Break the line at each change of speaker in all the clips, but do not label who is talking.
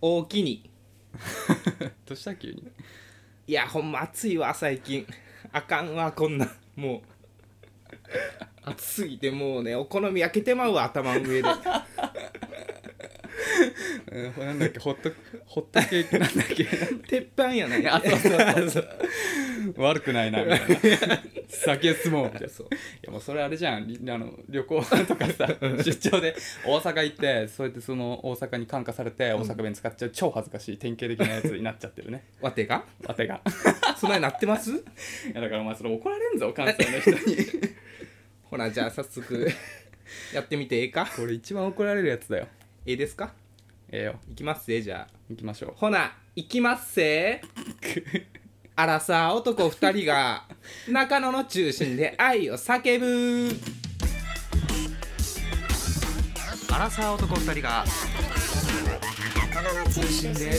大きに
どうした急に
いやほんま暑いわ最近 あかんわこんなもう 暑すぎてもうねお好み焼けてまうわ頭の 上で
うんほなんだっけホットホットケーキなんだっけ
鉄板やない
あそうそうそう 悪くないなみたいな酒進もうみたいない
そう
やもうそれあれじゃんりあの旅行とかさ出張で大阪行ってそうやってその大阪に感化されて大阪弁使っちゃう超恥ずかしい典型的なやつになっちゃって るね
わてが
当てが
そんなになって ます
いやだからお前それ怒られんぞ関西の人に
ほらじゃあ早速 やってみてええか
これ一番怒られるやつだよ
ええですか
ええよ
いきますぜじゃあ
行きましょう
ほな行きますぜあらさ男2人が中野の中心で愛を叫ぶあらさ男2人が中心で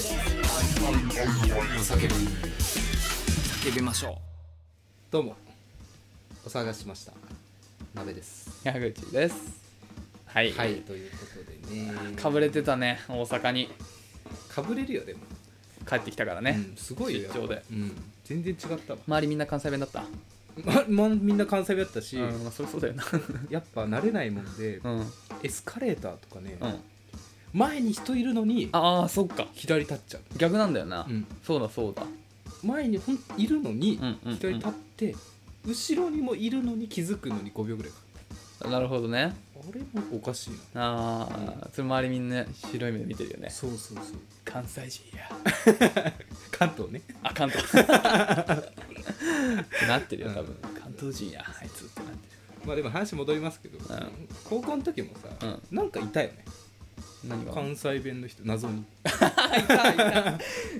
愛を叫ぶ叫びましょうどうもお騒がせしました鍋です
矢口ですはい、
はいということでね
かぶれてたね大阪に
かぶれるよでも、
帰ってきたからね、
うん、すごいよ
出張で、
うん、全然違ったわ
周りみんな関西弁だった
ま、ま、みんな関西弁だったし、
うんまあそりゃそうだよな
やっぱ慣れないもんで、
うんうん
エスカレーターとかね、前に人いるのに
ああそっか
左立っちゃう、
逆なんだよな、
うん
そうだそうだ
前にほんいるのに
うんうんうん
左立って、後ろにもいるのに気づくのに5秒ぐらいかか
なるほどね
るあれもおかしいな
ああそれ周りみんな白い目で見てるよね
そうそうそう
関西人や
関東ね
あ関東ってなってるよ多分、関東人やあいつってなって
まあでも話戻りますけど、
ん
高校の時もさ、
う
なんかいたよね
る何が
関西弁の人謎 に謎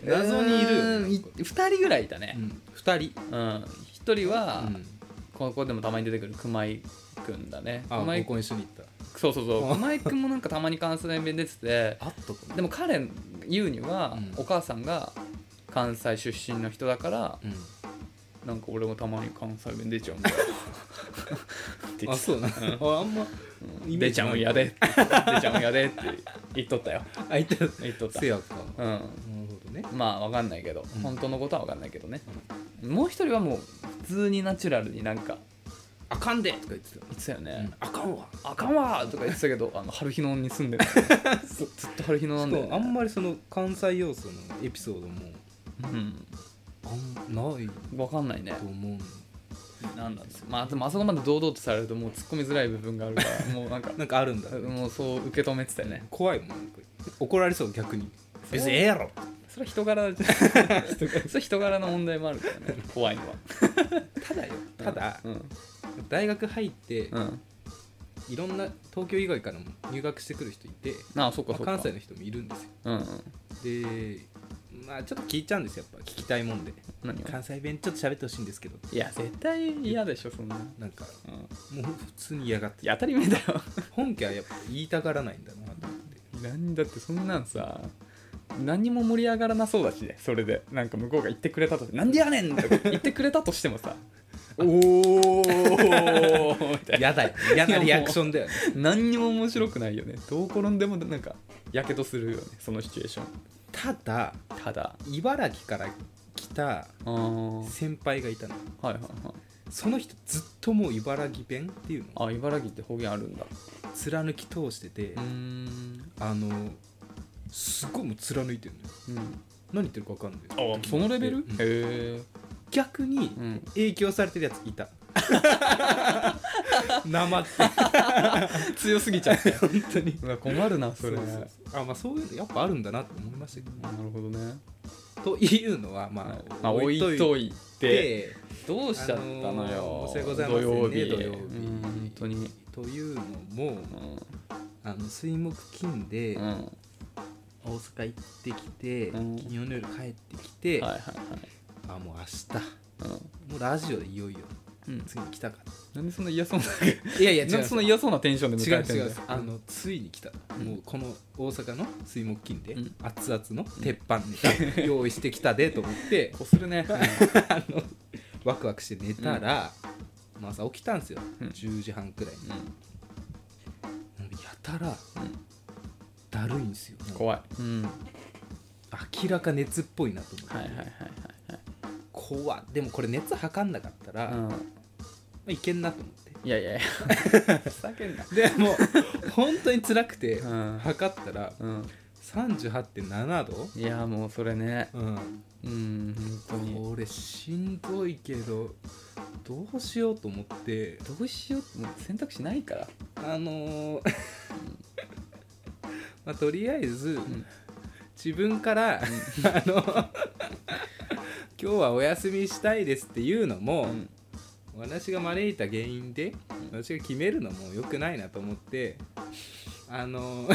謎
に
に
い
い
る
る
よね
2人ぐらいいたね
2人、
うん、1人は、
うん
ここでもたまに出てくる熊井くんだね
あ
熊井
高校一緒に行っ
そうそうそう
あ
熊井くんもなんかたまに関西弁出てて
たあったか
でも彼言うには、
うん
お母さんが関西出身の人だから
うん
なんか俺もたまに関西弁出ち ゃうんだよって言ってた
あそうな、ああんまイメー
出
ジ
ち
ない
ゃうんやでって出ちゃうんやでって言っとったよ
あいた
言っとった
せやか
う
なるほどね
んまあわかんないけど、
うん
本当のことはわかんないけどね、もう一人はもう普通にナチュラルになんか
あかんでとか言ってた
言ってたよね、
あかんわ
あかんわーとか言ってたけどあの春日野に住 んでるずっと春日野なんだよ、ね、
あんまりその関西要素のエピソードも
うん
あんない
わかんないね
と思う
なんだまあでもあそこまで堂々とされるともう突っ込みづらい部分がある からもうなんか
なんかあるんだ
もうそう受け止めてたよね
怖いもんなんか怒られそう逆に別にええやろ
それは人柄 じゃそれ人柄の問題もあるからね 怖いのは
ただよただ
うん
大学入って
うん
いろんな東京以外からも入学してくる人いて
ああそっかそっか
関西の人もいるんですよ
うんうん
でまあちょっと聞いちゃうんですよやっぱ聞きたいもんで
何を
関西弁ちょっと喋ってほしいんですけど
いや絶対嫌でしょそんな、
なんか
うん、い
もう普通に嫌がって
や当たり前だよ
本家はやっぱ言いたがらないんだなと思って
何だってそんなんさ何も盛り上がらなそうだしねそれでなんか向こうが言ってくれたとして「なんでやねん!」とか言ってくれたとしてもさ「 おお!」み たいな
嫌 だよ嫌なリアクションだよね
何にも面白くないよねどう転んでもなんかやけどするよねそのシチュエーション
ただ
ただ
茨城から来た
あーはい
先輩がいたの
はいはい
その人ずっともう茨城弁っていうのを
あ茨城って方言あるんだ
貫き通してて、
うーん
あのすごいもう貫いてるのよ
うん
何言ってるか分かんない
あそのレベル、
うん
へえ
逆に
うん
影響されてるやつい たなまって
強すぎちゃって
本当に
うわ困るなそれ
そうそうそうあまあそういうのやっぱあるんだなって思いましたけど
なるほどね、
というのはまあ、
まあ、置いといて
で
どうしちゃったのよ、
あのー申し訳ございませんね
土曜日
土曜日
うん本当に
というのも
うん
あの水木金で
うん、は
大阪行ってきて、
うん
金曜の夜帰ってき
い
て、
はいはい、
あもう明日
うん
もうラジオでいよいよ
うん、
ついに来たか
なんでそんな嫌そうな
いやい
なんでそんな
違う
嫌そうなテンションで
違
迎
う
えてんだよ
あのついに来た、
ん
もうこの大阪の水木金で、
うん
熱々の鉄板ネ タ用意してきたでと思って
こするね、
あのワクワクして寝たら、まあ朝起きたんですよ、
うん
10時半くらいに
うん
なんかやたら
うん
だるいんですよ
怖い、うん、
明らか熱っぽいなと思って、
はいはいはい
怖っでもこれ熱測んなかったら、
はい
ま
は
あ、いけんなと思 って
いいやいやいやふざけんな
でも 本当に辛くて、
うん
測ったら
うん
38.7度、
いやもうそれね
うん、
うん本当に
これしんどいけどどうしようと思って
どうしようってもう選択肢ないから
あのー まあ、とりあえず、
ん
自分から、あの今日はお休みしたいですっていうのも、
うん
私が招いた原因で、私が決めるのも良くないなと思ってあの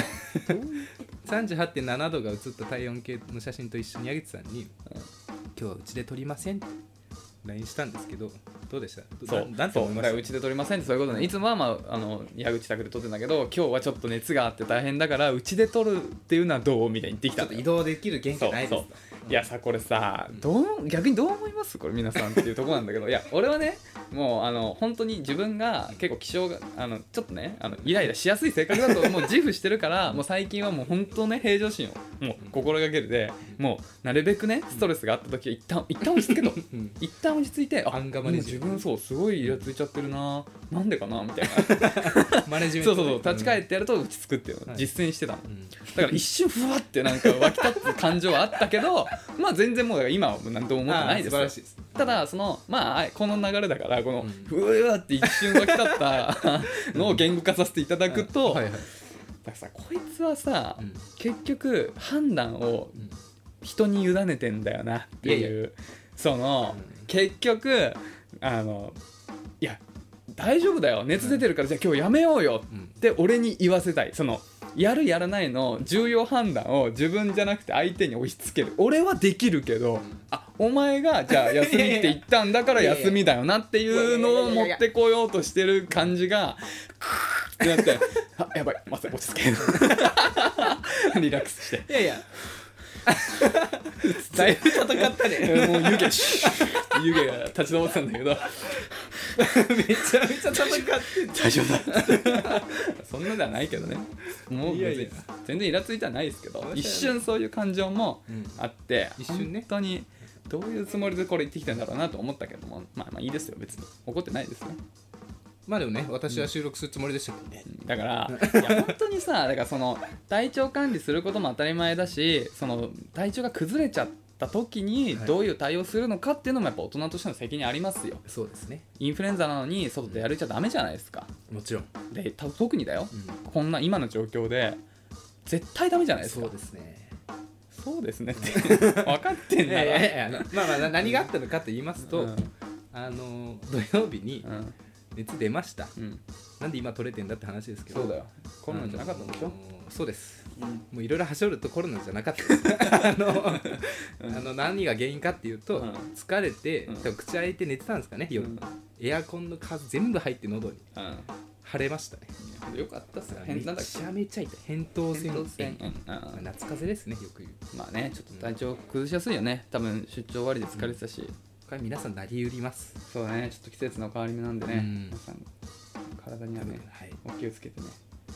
38.7度が映った体温計の写真と一緒に上げてさんに「今日はうちで撮りません」って LINE したんですけどどうでした
そう
ななんて
そう
思い
だ
ました
からうちで撮りませんってそういうことねいつもは、まあ、あの矢口宅で撮ってんだけど今日はちょっと熱があって大変だからうちで撮るっていうのはどうみたいに言ってき
ち
た
ょっ
の
と
よ
移動できる元気ないです
そういやさこれさどう逆にどう思いますこれ皆さんっていうところなんだけどいや俺はねもうあの本当に自分が結構気性があのちょっとねあのイライラしやすい性格だともう自負してるからもう最近はもう本当ね平常心をもう心がけるでもうなるべくねストレスがあった時は一旦一旦落ち着けと。
うん
一旦落ち着いてあ
アンガーマ
今
ネジ
自
メント
分そうすごいイラついちゃってるななんでかなみ たいな
マネジメン
そ
ト
う
で
そうそう立ち返ってやると落ち着くっていうのを
はい
実践してたの、
うん
だから一瞬ふわってなんか湧き立つ感情はあったけど まあ全然もうだから今は何とも思ってないで
あー素晴
すよ
らしいです
ただそのまああこの流れだからこの
うん
ふわって一瞬湧き立ったのを言語化させていただくと、
はいはい
だからさこいつはさ、
うん
結局判断を
うん
人に委ねてんだよなっていう
いやい
その、
うん
結局あのいや大丈夫だよ熱出てるから、じゃあ今日やめようよ
うん
って俺に言わせたいそのやるやらないの重要判断を自分じゃなくて相手に押し付ける俺はできるけど、あお前がじゃ あ休みって言ったんだから
いやいや
休みだよなっていうのを持ってこようとしてる感 じがクーってなって「あやばいまさ落ち着け」リラックスして
いやいやだいぶ戦ったね
も う湯気シュッ湯気が立ち上ってたんだけど
めちゃめちゃ戦って
大丈夫だそんなではないけどねもう
いやいや
別に全然イラついてはないですけど
そうだよね
一瞬そういう感情も
うん
あって、
一瞬ね
本当にどういうつもりでこれ言ってきたんだろうなと思ったけどもまあまあいいですよ別に怒ってないですね
まあでもね私は収録するつもりでしたけどね
だ からいや本当にさだからその体調管理することも当たり前だしその体調が崩れちゃった時に
はい
どういう対応するのかっていうのもやっぱ大人としての責任ありますよ
そうですね
インフルエンザなのに外でやるちゃダメじゃないですか
もちろん、
でた特にだよこんな今の状況で絶対ダメじゃないですか
そうですね
そうですねって分かってん
い
だ
や いや
よ、
いやあのまあまあな何があったのかと言いますと、
うん
あの土曜日に
うん
熱出ました
うん、
なんで今取れてんだって話ですけど
そうだよコロナじゃなかったんでし
あ
ょ
のそうです
うん
もういろいろはしょるとコロナじゃなかった あの,、
うん
あの何が原因かっていうと、
うん
疲れて、
うん
多分口開いて寝てたんですかね夜、
うん
エアコンの風全部入って喉に
う
腫れましたね
ん、よかったっすよ変
め
なんだっ
ちゃめちゃ痛い扁桃
け
腺
扁
炎
桃腺炎
ま
う
あ
ん
夏風邪ですねよく言う
まあねちょっと体調崩しやすいよね多分出張終わりで疲れてたし、
これは皆さんなりうります
そうねちょっと季節の変わり目なんでね、
うん
皆さん体にはね
はい
お気をつけてね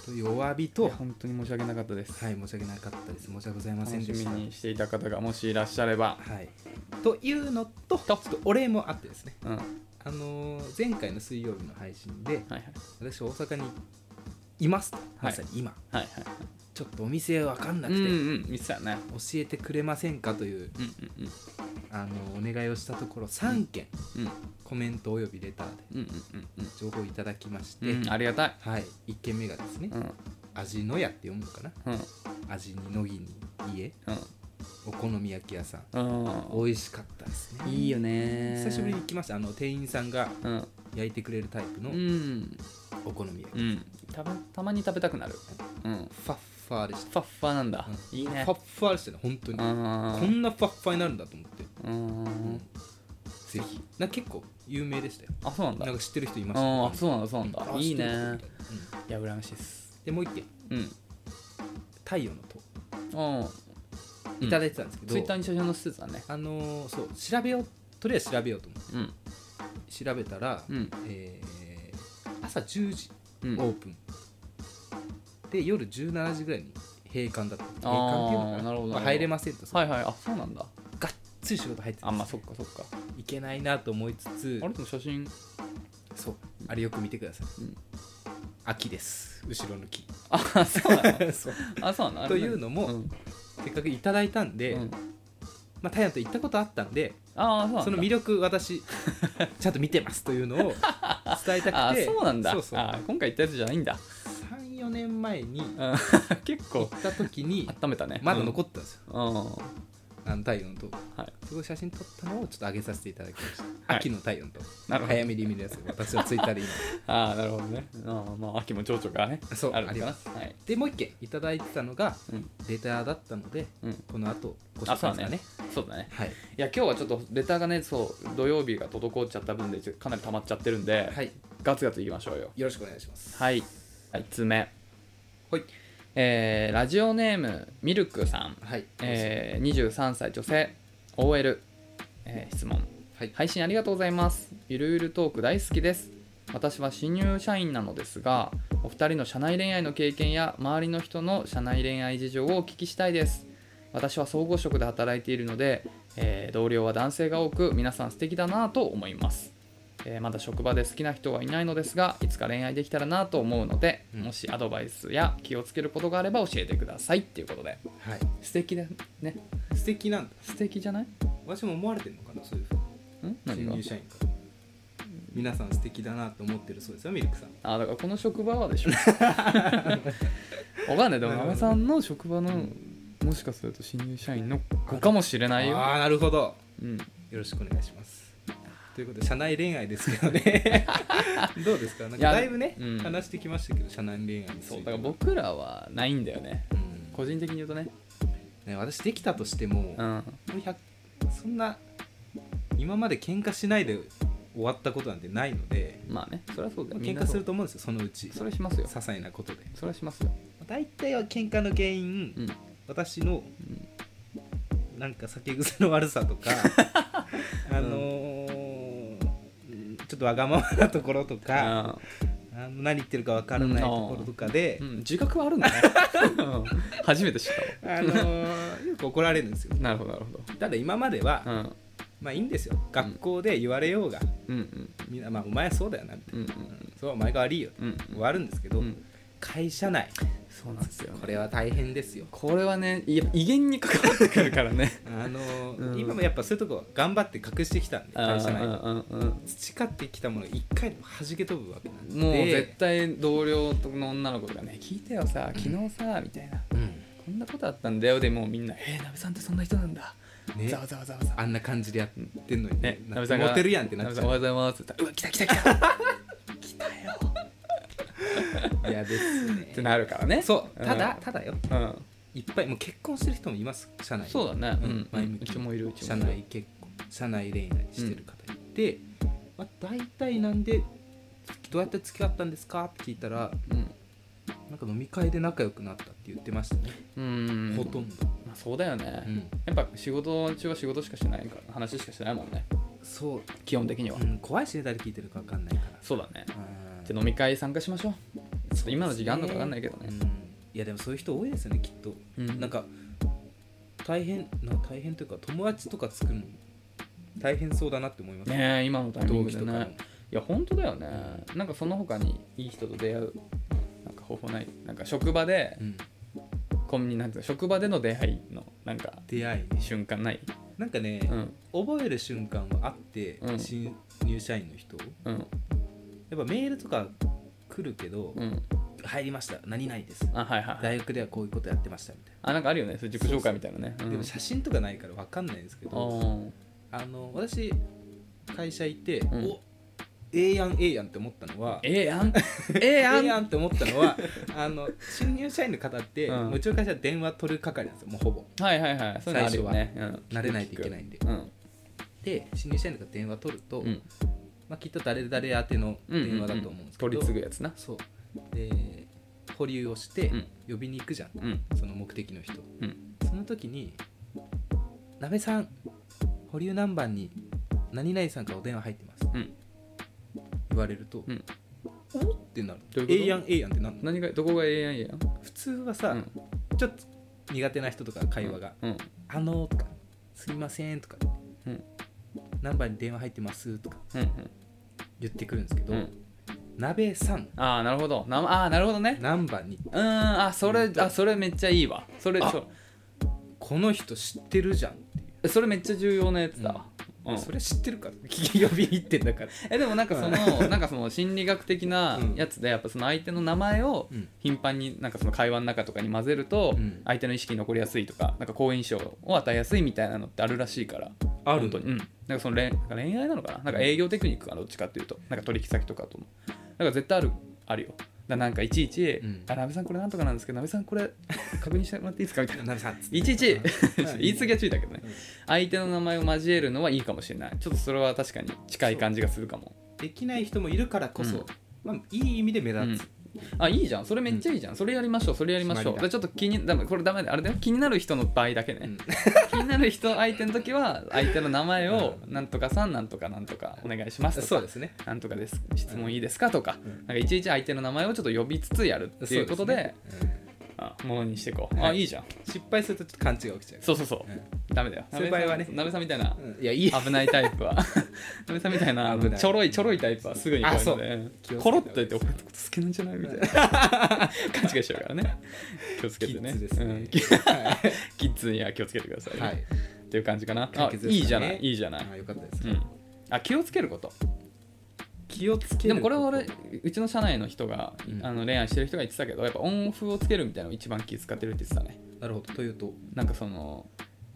というお詫び
い
と
や本当に申し訳なかったです、
はい申し訳なかったです申し訳ございませ
楽
ん
し
でし
み
た
にしていた方がもしいらっしゃれば、
はいというのとちょっとお礼もあってですね
うん、はい
あのー前回の水曜日の配信で
はい
私大阪にいますとまさに今、
はいはい
ちょっとお店分かんなく
うん
て
うん見てたよね
教えてくれませんかという、
うんうんうん
あのーお願いをしたところ3件
うん
コメントおよびレターで
うんうんうん
情報いただきまして、
うん、ありがたい。
はい、1件目がですね
う、ん、
味の屋って読むのかな
うん、
味にのぎに家お好み焼き屋さん
うん、
美味しかったですね
いいよね。
久しぶりに。来ましたあの店員さんが
うん、
焼いてくれるタイプの
うん、
お好み焼き、
うん、たべ、たまに食べたくなる。うん、
ファッファーでし
ファッファなんだ
た、。
いいね
ファ。ッファーでしたね本当に
う
こ
ん、
んなファッファーになるんだと思って、
うん、
ぜひなんか結構有名でしたよ
あ、そうなんだ
なん。か知ってる人いました
ああ、そう
う
なんだ、そうなんだ。いいね。いや、羨ましいです。
でもう一件
うん、
太陽の塔
うん、
いただ
い
いてたんですけど、
ツイッターに写真載せてたね。
あのーそう調べようとりあえず調べようと思って
うん、
調べたら、
うん、
えー朝10時
う
オ
ん、
ープン、で夜17時ぐらいに閉館だった閉
あー
館っていうのか
なるほど
まあ入れませんとさ、
はいはいあそうなんだ
がっつり仕事入ってた
あまあそっかそっか
いけないなと思いつつ
あれでも写真
そうあれよく見てください、
うん
秋です後ろの木
あ そうなの
そう
あそうな の
というのも
うん
せっかくいただいたんで、
うん
まあ、タイアンと行ったことあったんで
ああそうなんだ
その魅力 私ちゃんと見てますというのを伝えた
あ
くて
そうなんだ
そうそう
あ今回行ったやつじゃないんだ、
34年前に
うん結
行
構
った時に
温めたね
まだ残
っ
ってたんですよ、
うん、うん
あの太陽の塔
はい、
そこで写真撮ったのをちょっと上げさせていただきました、
はい
秋の太陽の塔
なるほど
早めに見るやつ私はツイッター で今
ああなるほどねああまあ秋も蝶々がね
そう
あるん
あり
だな
ま
はい
でもう一件いただいてたのが
うん
レターだったので
うん
この後ご
あ
紹
そう
介
だ
ですか
ね
ね
そうだね
はい、
いや今日はちょっとレターがねそう土曜日が滞っちゃった分でかなり溜まっちゃってるんで、
はい、
ガツガツいきましょうよ
よろしくお願いします
はい1つ目
はい
えーラジオネームミルクさん、
はい、
えー23歳女性 OL、えー質問
はい
配信ありがとうございますゆるゆるトーク大好きです私は新入社員なのですがお二人の社内恋愛の経験や周りの人の社内恋愛事情をお聞きしたいです私は総合職で働いているので、えー同僚は男性が多く皆さん素敵だなぁと思います、えーまだ職場で好きな人はいないのですがいつか恋愛できたらなぁと思うので、
うん
もしアドバイスや気をつけることがあれば教えてくださいっていうことで
はい、
素敵だね
素敵なんだ
素敵じゃない
私も思われてるのかなそういうふうに
ん何
新
が
入社員から皆さん素敵だなと思ってるそうですよミルクさん
あだからこの職場はで しょわかんないでも
なるほど
安倍さんの職場のもしかすると新入社員の子かもしれないよ、
ああなるほど
うん、
よろしくお願いしますということで社内恋愛ですけど ねどうですかなんか
いや
だいぶね、
うん
話してきましたけど社内恋愛について
そうだから僕らはないんだよね
うん
個人的に言うとね
ね、私できたとしても、
うん
100そんな今まで喧嘩しないで終わったことなんてないので
まあねそれはそうだよみん
喧
な
嘩す
そう
ると思うんですよそのうち些
それはしますよ
細なことで
それはしますよ
大体は喧嘩の原因、
うん
私の
うん
なんか酒癖の悪さと かあのーうんちょっとわがままなところとか、あの何言ってるかわからないところとかで、
うん、うん自覚はあるんだね うん初めて知ったわ
あのーよく怒られるんですよ
なるほどなるほど
ただ今までは、
うん
まあいいんですよ学校で言われようが、
うんうん
みんな、まあ、お前そうだよなみたい
うん
な、そうお前が悪いよ、
うん
終わるんですけ
う
ど、
んうん
会社内
そうなんですよ、ね、
これは大変ですよ
これはねいや威厳に関わってくるからね
あのー
うん
今もやっぱそういうとこ頑張って隠してきたんで会社内で
うんうんうん
培ってきたものが一回でも弾け飛ぶわけなんで
もう絶対同僚の女の子がね「聞いてよさ昨日さ」みたいな
うん
「こんなことあったんだよ」でもうみんな「えー、なべさんってそんな人なんだ」
ね
ざわざわざわざわ
あんな感じでやってんのに
ね
ね、
な
な
べ
んか
さんが
モテるやんってな
な
っ
べ
ち
さんお
ゃ
はようございます」って言ったら「うわ来た来た来た」来たよ
ういやですね
ってなるからね
そうただ、
ん
ただよ
うん、
いっぱいもう結婚してる人もいます社内
そうだね、うん
うん前向
う
き
ちもいるうち
社
もい
内
る
結婚社内恋愛してる方いて、まあ、大体なんでどうやって付き合ったんですかって聞いたら
うん
なんか飲み会で仲良くなったって言ってましたね、
うん
ほとんど、
まあ、そうだよね、
うん
やっぱ仕事中は仕事しかしないから話しかしないもんね
そう、
基本的には、
うん、怖いしね誰聞いてるか分かんないから
そうだね
うん
じゃあ飲み会参加しましょうちょっと今の時間あんのか分かんないけどね
うんいやでもそういう人多いですよねきっと、
うん
なんか大変な大変というか友達とか作るの大変そうだなって思います
ねえ今のタイミ
同
ング
期
で
とかも
ねいや本当だよねなんかその他にいい人と出会うなんか方法ないなんか職場で
うん
コンビニなんていうの職場での出会いのなんか
出会いね
瞬間ない
なんかね、
うん
覚える瞬間はあって、
うん
新入社員の人や
うん
っぱメールとか来るけど、
うん
入りました何々です
あはいはいはい
大学ではこういうことやってましたみたい
あなんかあるよねそういう自己紹介みたいなね
な、でも写真とかないから分かんないんですけ
うん
ど
お
あの私会社行って、
ん
おええやんええやんって思ったのは
ーえ えやんええや
ええや
ん
んって思ったのは あの新入社員の方って、
うん
もううちの会社は電話取る係なんですよもうほぼ
はいはいはいそういうのあるよねうん
慣れないといけないんで
うん
で新入社員の方電話取ると、
うん
まあ、きっと誰々宛ての
うん
電話だと思うんですけど、
取り継ぐやつな
そうで保留をして
うん
呼びに行くじゃん、
うん
その目的の人
うん
その時に「なべさん保留何番に何々さんからお電話入ってます」
うん
言われると「
うん
おっ!」ってなる
どういうこと
ええやんええやん」ってなるの
何がどこがええやんええやん
普通はさ、
うん
ちょっと苦手な人とか会話が
うん
「あの」とか「すいません」とか
うん
「何番に電話入ってます」とか
うんうん
言ってくるんですけど
うん
「鍋さん
ああなるほどなああなるほどね
何番に
うんあそれあそれめっちゃいいわそれ
あ
そ
この人知ってるじゃん」っていう
それめっちゃ重要なやつだわ、うん
それ知ってるから 聞き呼びに行ってんだから
えでもなんかそのなんかその心理学的なやつでやっぱその相手の名前を
うん
頻繁になんかその会話の中とかに混ぜると
うん
相手の意識に残りやすいとかなんか好印象を与えやすいみたいなのってあるらしいから
ある
本当にうんなんかその恋なんか恋愛なのかななんか営業テクニックかなどっちかっていうとなんか取引先とかともなんか絶対あるあるよだからなんかいちいち
うん
「あなべさんこれなんとかなんですけどなべさんこれ 確認してもらっていいですか?」みたいな
鍋さんっつって
いちいち 言い過ぎは注意だけどね
うん
相手の名前を交えるのはいいかもしれないちょっとそれは確かに近い感じがするかも
できない人もいるからこそ、まあ、いい意味で目
うん
立つ、
あいいじゃんそれめっちゃいいじゃん、それやりましょうそれやりましょう
決まりだ
でちょっと気にだめこれダメだあれだよ気になる人の場合だけね、
うん
気になる人相手の時は相手の名前を
う
なんとかさんなんとかなんとかお願いしますとか
そうですね
なんとかです質問いいですかとか,、
うん
なんかいちいち相手の名前をちょっと呼びつつやるっていうことで
そうすね
あものにしていこう、
はい
あいいじゃん
うん失敗するとちょっと勘違いが起きちゃう
そうそうそう、ダメだよ
そういう場合はね
なべさんみたいな
うんいやいい
危ないタイプは なべさんみたいなあの
危ない
ちょろいちょろいタイプはすぐにこういうので
気をつけた方がいいです
コロッと言って「俺のこと好きなんじゃない?」みたいな勘違いしちゃうからね気をつけ
キ
てね
ッズですね、
うんキキッズには気をつけてくだ さい、ね
はい、
っていう感じかな
完
あい
結ですかね
いじゃないいいじゃない、
あよかったです、
うんあ気をつけること
気をつける
でもこれは俺うちの社内の人が、
うん
あの恋愛してる人が言ってたけどやっぱオンオフをつけるみたいなのを一番気使ってるって言ってたね
なるほどというと
なんかその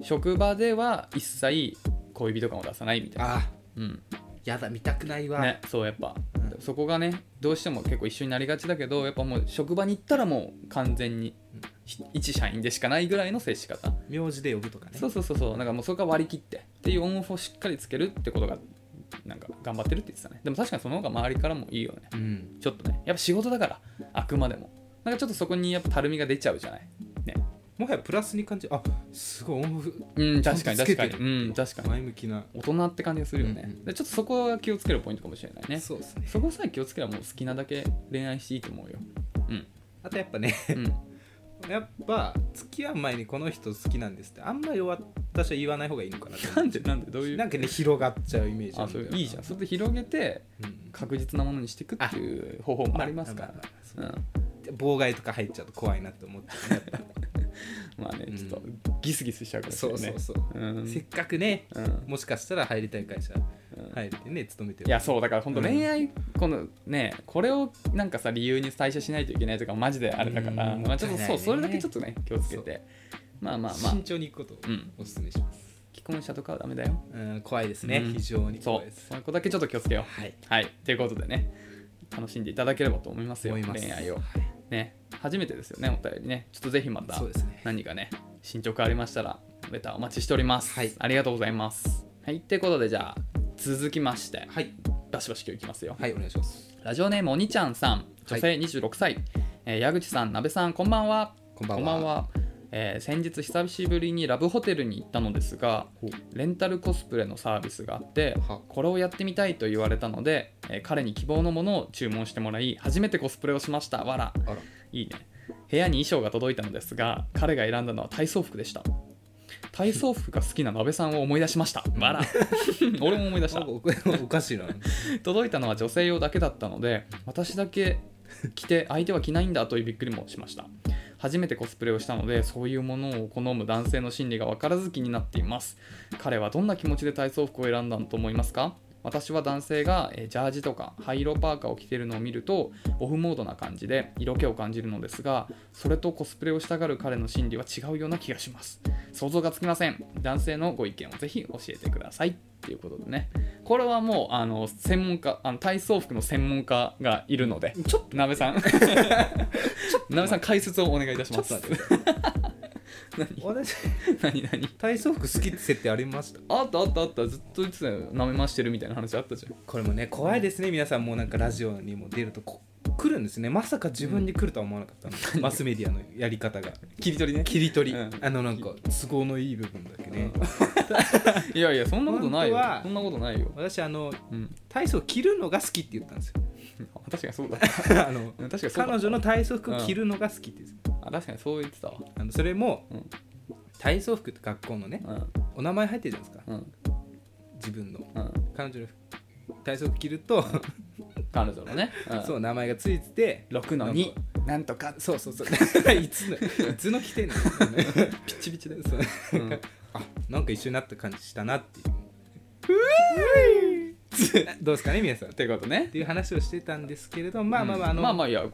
職場では一切恋人感を出さないみたいな
あ
うん
やだ見たくないわ、
ね、そうやっぱ、
うん
そこがねどうしても結構一緒になりがちだけどやっぱもう職場に行ったらもう完全に
うん
ひ一社員でしかないぐらいの接し方、
名字で呼ぶとかね
そうそうそうそうなんかもうそこは割り切ってっていうオンオフをしっかりつけるってことがなんか頑張ってるって言ってたねでも確かにその方が周りからもいいよね
うん
ちょっとねやっぱ仕事だからあくまでもなんかちょっとそこにやっぱたるみが出ちゃうじゃないね
もはやプラスに感じあすごいオンオフ
うん確かに
ちゃんと
確
つ
か
け
に
て
うん確かに
前向きな、
大人って感じがするよね、
うんうん
でちょっとそこは気をつけるポイントかもしれないね
そうですね
そこさえ気をつければもう好きなだけ恋愛していいと思うよ。うん。
あとやっぱね
うん、
やっぱ付き合う前にこの人好きなんですってあんまり私は言わない方がいいのかなって
なんでなんでどういう。
なんかね広がっちゃうイメージ
あ
なんだ
そ
よ
う
ない
いじゃん。それで広げて
うん
確実なものにしていくっていう方法もありますから
まあ。
う
まあまあ
ん、
そう妨害とか入っちゃうと怖いなって思って、ね、やっ
まあね
うん
ちょっとギスギスしちゃうか
ぱ
ら
そうそうそう、
うんうん
せっかくね
うん
もしかしたら入りたい会社
うん
入ってね勤めて
い
る
やそうだから本当
うん
恋愛、このねこれをなんかさ理由に対処しないといけないとかマジであれだから、
うん
まあ、ちょっとそう、
もった
そ
い
れ
な
だ
いね
けちょっとね気をつけてまあまあまあ
慎重に行くことを
うん
お勧めします、
既婚者とかはダメだよ
うん、怖いですね、
うん
非常に
そ
怖いうです
そこだけちょっと気をつけよう
はい
はい、ということでね、楽しんでいただければと思いますよ、
思います
恋愛を
は。
ね、初めてですよね、お便りね。ちょっとぜひま
い
た
そうですね
何かね、進捗ありましたら、レターお待ちしております。
はい
ありがとうございます。はい、ということで、じゃあ、続きまして、
はい
バシバシ今日いきますよ。
はいお願いします
ラジオネーム、おにちゃんさん、女性26歳、えー矢口さん、なべさん、こんばんは。
こんばんは
えー先日久しぶりにラブホテルに行ったのですが
ほう
レンタルコスプレのサービスがあって
は
これをやってみたいと言われたので、えー彼に希望のものを注文してもらい初めてコスプレをしましたわら
あら
いいね部屋に衣装が届いたのですが彼が選んだのは体操服でした体操服が好きな鍋さんを思い出しましたわら俺も思い出し
な
た
んかおおか しいな
届いたのは女性用だけだったので私だけ着て相手は着ないんだというびっくりもしました初めてコスプレをしたのでそういうものを好む男性の心理が分からず気になっています彼はどんな気持ちで体操服を選んだと思いますか私は男性がえージャージとか灰色パーカーを着ているのを見るとオフモードな感じで色気を感じるのですがそれとコスプレをしたがる彼の心理は違うような気がします想像がつきません男性のご意見をぜひ教えてくださいっていうことでねこれはもうあの専門家あの体操服の専門家がいるので
ちょっ
なべさ んなべさん解説をお願いいたし
ちょ
ま
っと
す
待って私
何何
体操服好きって設定ありました
あったあったあったずっと言ってたよなめましてるみたいな話あったじゃん
これもね怖いですね皆さんもうなんかラジオにも出るとこ来るんですねまさか自分に来るとは思わなかったの、マスメディアのやり方が
切り取りね
切り取り、
うん
あのなんか都合のいい部分だけね、
いやいやそんなことないよ
本当は
そんなことないよ、
私あの
うん、
体操着るのが好き って言ったんですよ
確かにそうだ
あの
確かにそうだ
彼女の体操服着るのが好きって言うんですよ
あ確かにそう言ってたわ
あのそれも
うん
体操服って学校のね
うん
お名前入ってるじゃないですか
うん
自分の
うん
彼女の体操服着ると
彼女のね、うん、
そう名前がついてて
6の2なんとか
そうそう そういつのいつの着てんのピッチピチでそう
うん
なんか一緒になった感じしたなっていうどうですかね皆さんっ
ってこと ね
ていう話をしてたんですけれどもまあまあまああの、
まあまあいや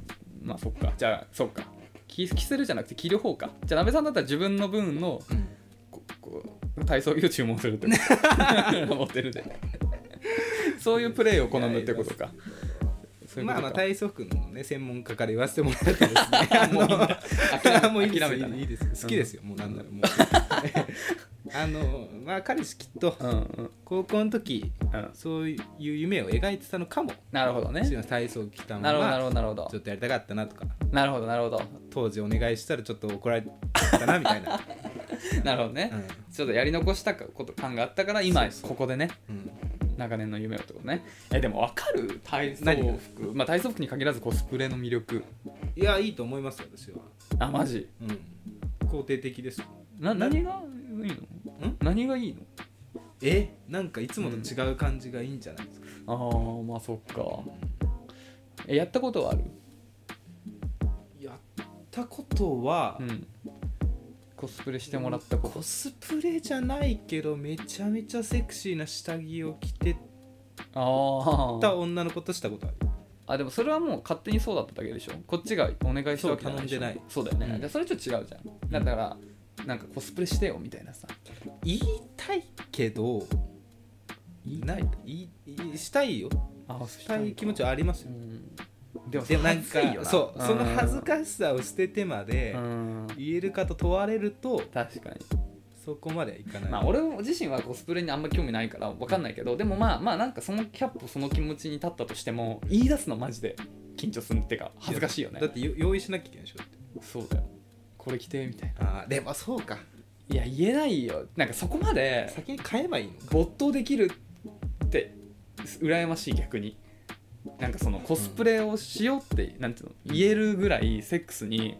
まあそっかじゃあそっか着着せるじゃなくて着る方かじゃあ鍋さんだったら自分の分の
うん
ここう体操着を注文するってこと モデルでそういうプレーを好むってことかそういう
ま
こ
あま
と
あ
か
体操服のね専門家から言わせてもらったらですねあ の
諦め
もういいで
諦
す
めたね
いいです好きですよ、もうなんだろう もうあのまあ彼氏きっと
うんうん
高校の時
うん
そういう夢を描いてたのかも
なるほどね
もちろん体操着た
な
ま
るほどなるほ
ま
どなるほど
ちょっとやりたかったなとか
なるほどなるほど
当時お願いしたらちょっと怒られたなみたい な、
なるほどね、
う
ちょっとやり残したこと感があったから今ここでね
うん、
長年の夢をってことねえでも分かる体操
何が
服まあ体操服に限らずコスプレの魅力
いやいいと思いますよ私は、
あマジ
うん、肯定的ですよ
な何がいいの
ん
何がいいの
えなんかいつもと違う感じがいいんじゃないですか、
ああまあそっかえやったことはある
やったことは、
うんコスプレしてもらったこと
コスプレじゃないけどめちゃめちゃセクシーな下着を着て
あ
た
あ
女の子としたことある
あでもそれはもう勝手にそうだっただけでしょこっちがお願いしたわけじゃ
そう頼んでない
そうだよね、
うん
じゃあそれちょっと違うじゃんだからなんかコスプレしてよみたいなさ
言いたいけど
言い
ない言い言いしたいよ
あ
したい気持ちはあります
う
よ、
んでも
でもなん
恥ずか
か
いよな
そうその恥ず
し
かしさを捨ててまで言えるかと問われると
確かに
そこまではいかない、
まあ俺自身はコスプレにあんま興味ないからわかんないけどでもまあまあなんかそのキャップその気持ちに立ったとしても言い出すのマジで緊張するってか恥ずかしいよね
だってよ用意しなきゃいけないでしょ
そうだよこれ着てみたいな
ああでもそうか
いや言えないよなんかそこまで
先に買えばいいのか
没頭できるって羨ましい逆になんかそのコスプレをしようって、なんていうの言えるぐらいセックスに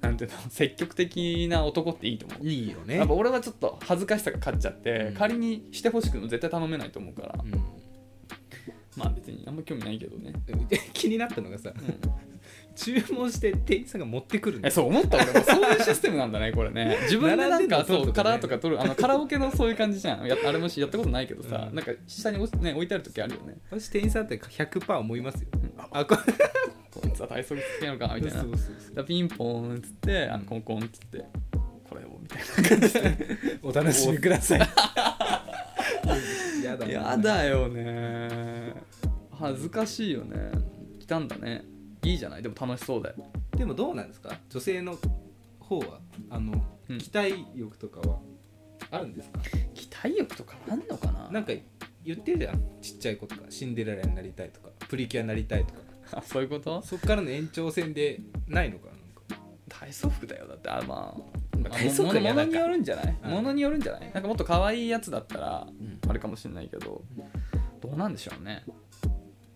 なんていうの積極的な男っていいと思う
いいよね
やっぱ俺はちょっと恥ずかしさが勝っちゃって、
うん
仮にしてほしくても絶対頼めないと思うか
う
ら、まあ別にあんま興味ないけどね、
ん、気になったのがさ注文して店員さんが持ってくるの
えそう思った俺もそういうシステムなんだねこれね 自分でな
並ん
んか
でんの
そう
撮ると
カラ
ね
ーとか撮るあのカラオケのそういう感じじゃんやあれもしやったことないけどさ、
うん
なんか下に置,、ね、置いてある時あるよね
私店員さんって100%思いますよ
うん
あこれ
こいつは体操着付けなのかなみたいな
そうそうそう
だピンポーンっつってあのコンコンっつってこれをみたいな感じで
お楽しみくださいやだな
やだよね恥ずかしいよね来たんだねいいじゃないでも楽しそうだよ
でもどうなんですか女性の方はあの、
うん
期待欲とかはあるんですか
期待欲とかあんのかな
なんか言ってるじゃんちっちゃい子とかシンデレラになりたいとかプリキュアになりたいとか
あそういうこと
そっからの延長線でないのかななんか
体操服だよだってあま
まあ
あ
体操服は
もも
嫌
の
だか
によるんじゃない
うん
ものによるんじゃないなんかもっと可愛いやつだったら
ん
あれかもしれないけどどうなんでしょうね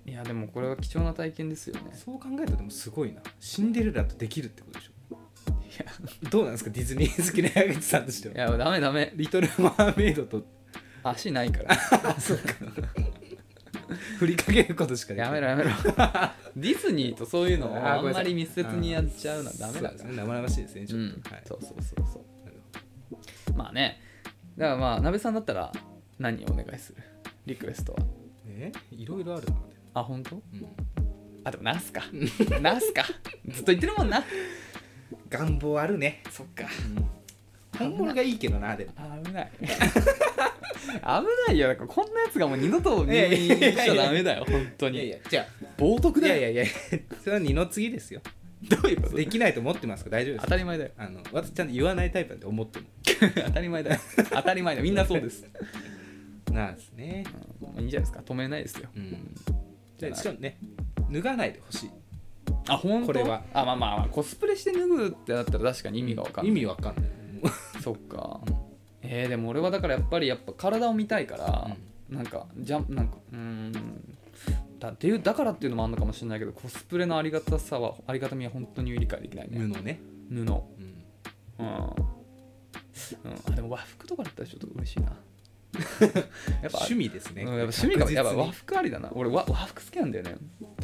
いやでもこれは貴重な体験ですよね
そう考えたらでもすごいなシンデレラとできるってことでしょ
いや
どうなんですかディズニー好きな矢口さんとしてはい
やダメダメ
リトル・マーメイドと
足ないから
振りかけることしかできない
やめろやめろ ディズニーとそういうのをあんまり密接にやっちゃうのはダ
そ
メだ
うで
か
す
ら
ね生々しいですねち
う
ょっと、
ん
はい
そうそうそうそ
なるほ
うまあねだからまあ鍋さんだったら何お願いするリクエストは
どえいろいろあるなで
あ本当
も、
あでもナスかナ スかずっと言ってるもんな
うん、願望あるね、
そっか
本物がいいけどなでも
危ない危ないよだからこんなやつがもう二度と
い
入
や
院
いやいや
しちゃダメだよ本当
いやい
に
やじゃ
冒涜
あいや
だ
い
よ
やいやそれは二の次ですよ
どういうこと
できないと思ってますか大丈夫で
当
す
たり前だよ
あの私ちゃんと言わないタイプなんで思っても
当たり前だよ当たり前だよみんなそうです
なんですね、
うんいいんじゃないですか止めないですよ
うん、じゃあしかもね脱がないでほしい
あ本当
これは
あまあまあまあコスプレして脱ぐってなったら確かに意味がわかんない
意味わ かんない
そっかえー、でも俺はだからやっぱりやっぱ体を見たいから、なんかじゃなんかうーんだっていうだからっていうのもあるのかもしれないけどコスプレのありがたさはありがたみは本当に理解できないね
無のね
布うん、
うん
うん、あでも和服とかだったらちょっと嬉しいなやっぱ
趣味ですね、
うん、やっぱ趣味が
確実に
やっぱ和服ありだな俺和和服好きなんだよね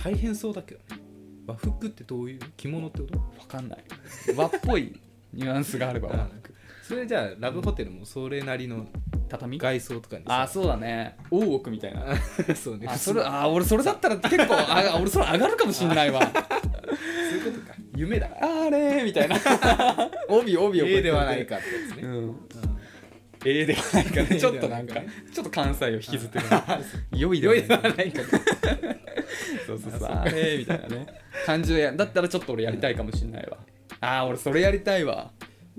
大変そうだけどね和服ってどういう着物ってこと
わかんない和っぽいニュアンスがあれば和服
それじゃあラブホテルもそれなりの
畳
外装とかに
あそうだね大奥みたいな
そうね
あそれあ俺それだったら結構あ俺それ上がるかもしんない わ
そういうことか夢だ
あれみたいな帯帯を
家ではないかってやつね、
うん A ではないかねちょっとなんか
ではない
ちょっと関西を引きずってる良いで
良
はい
では
ない
ないか
そうそうそうあれみたいなね感じをやだったらちょっと俺やりたいかもしんないわあー俺それやりたいわ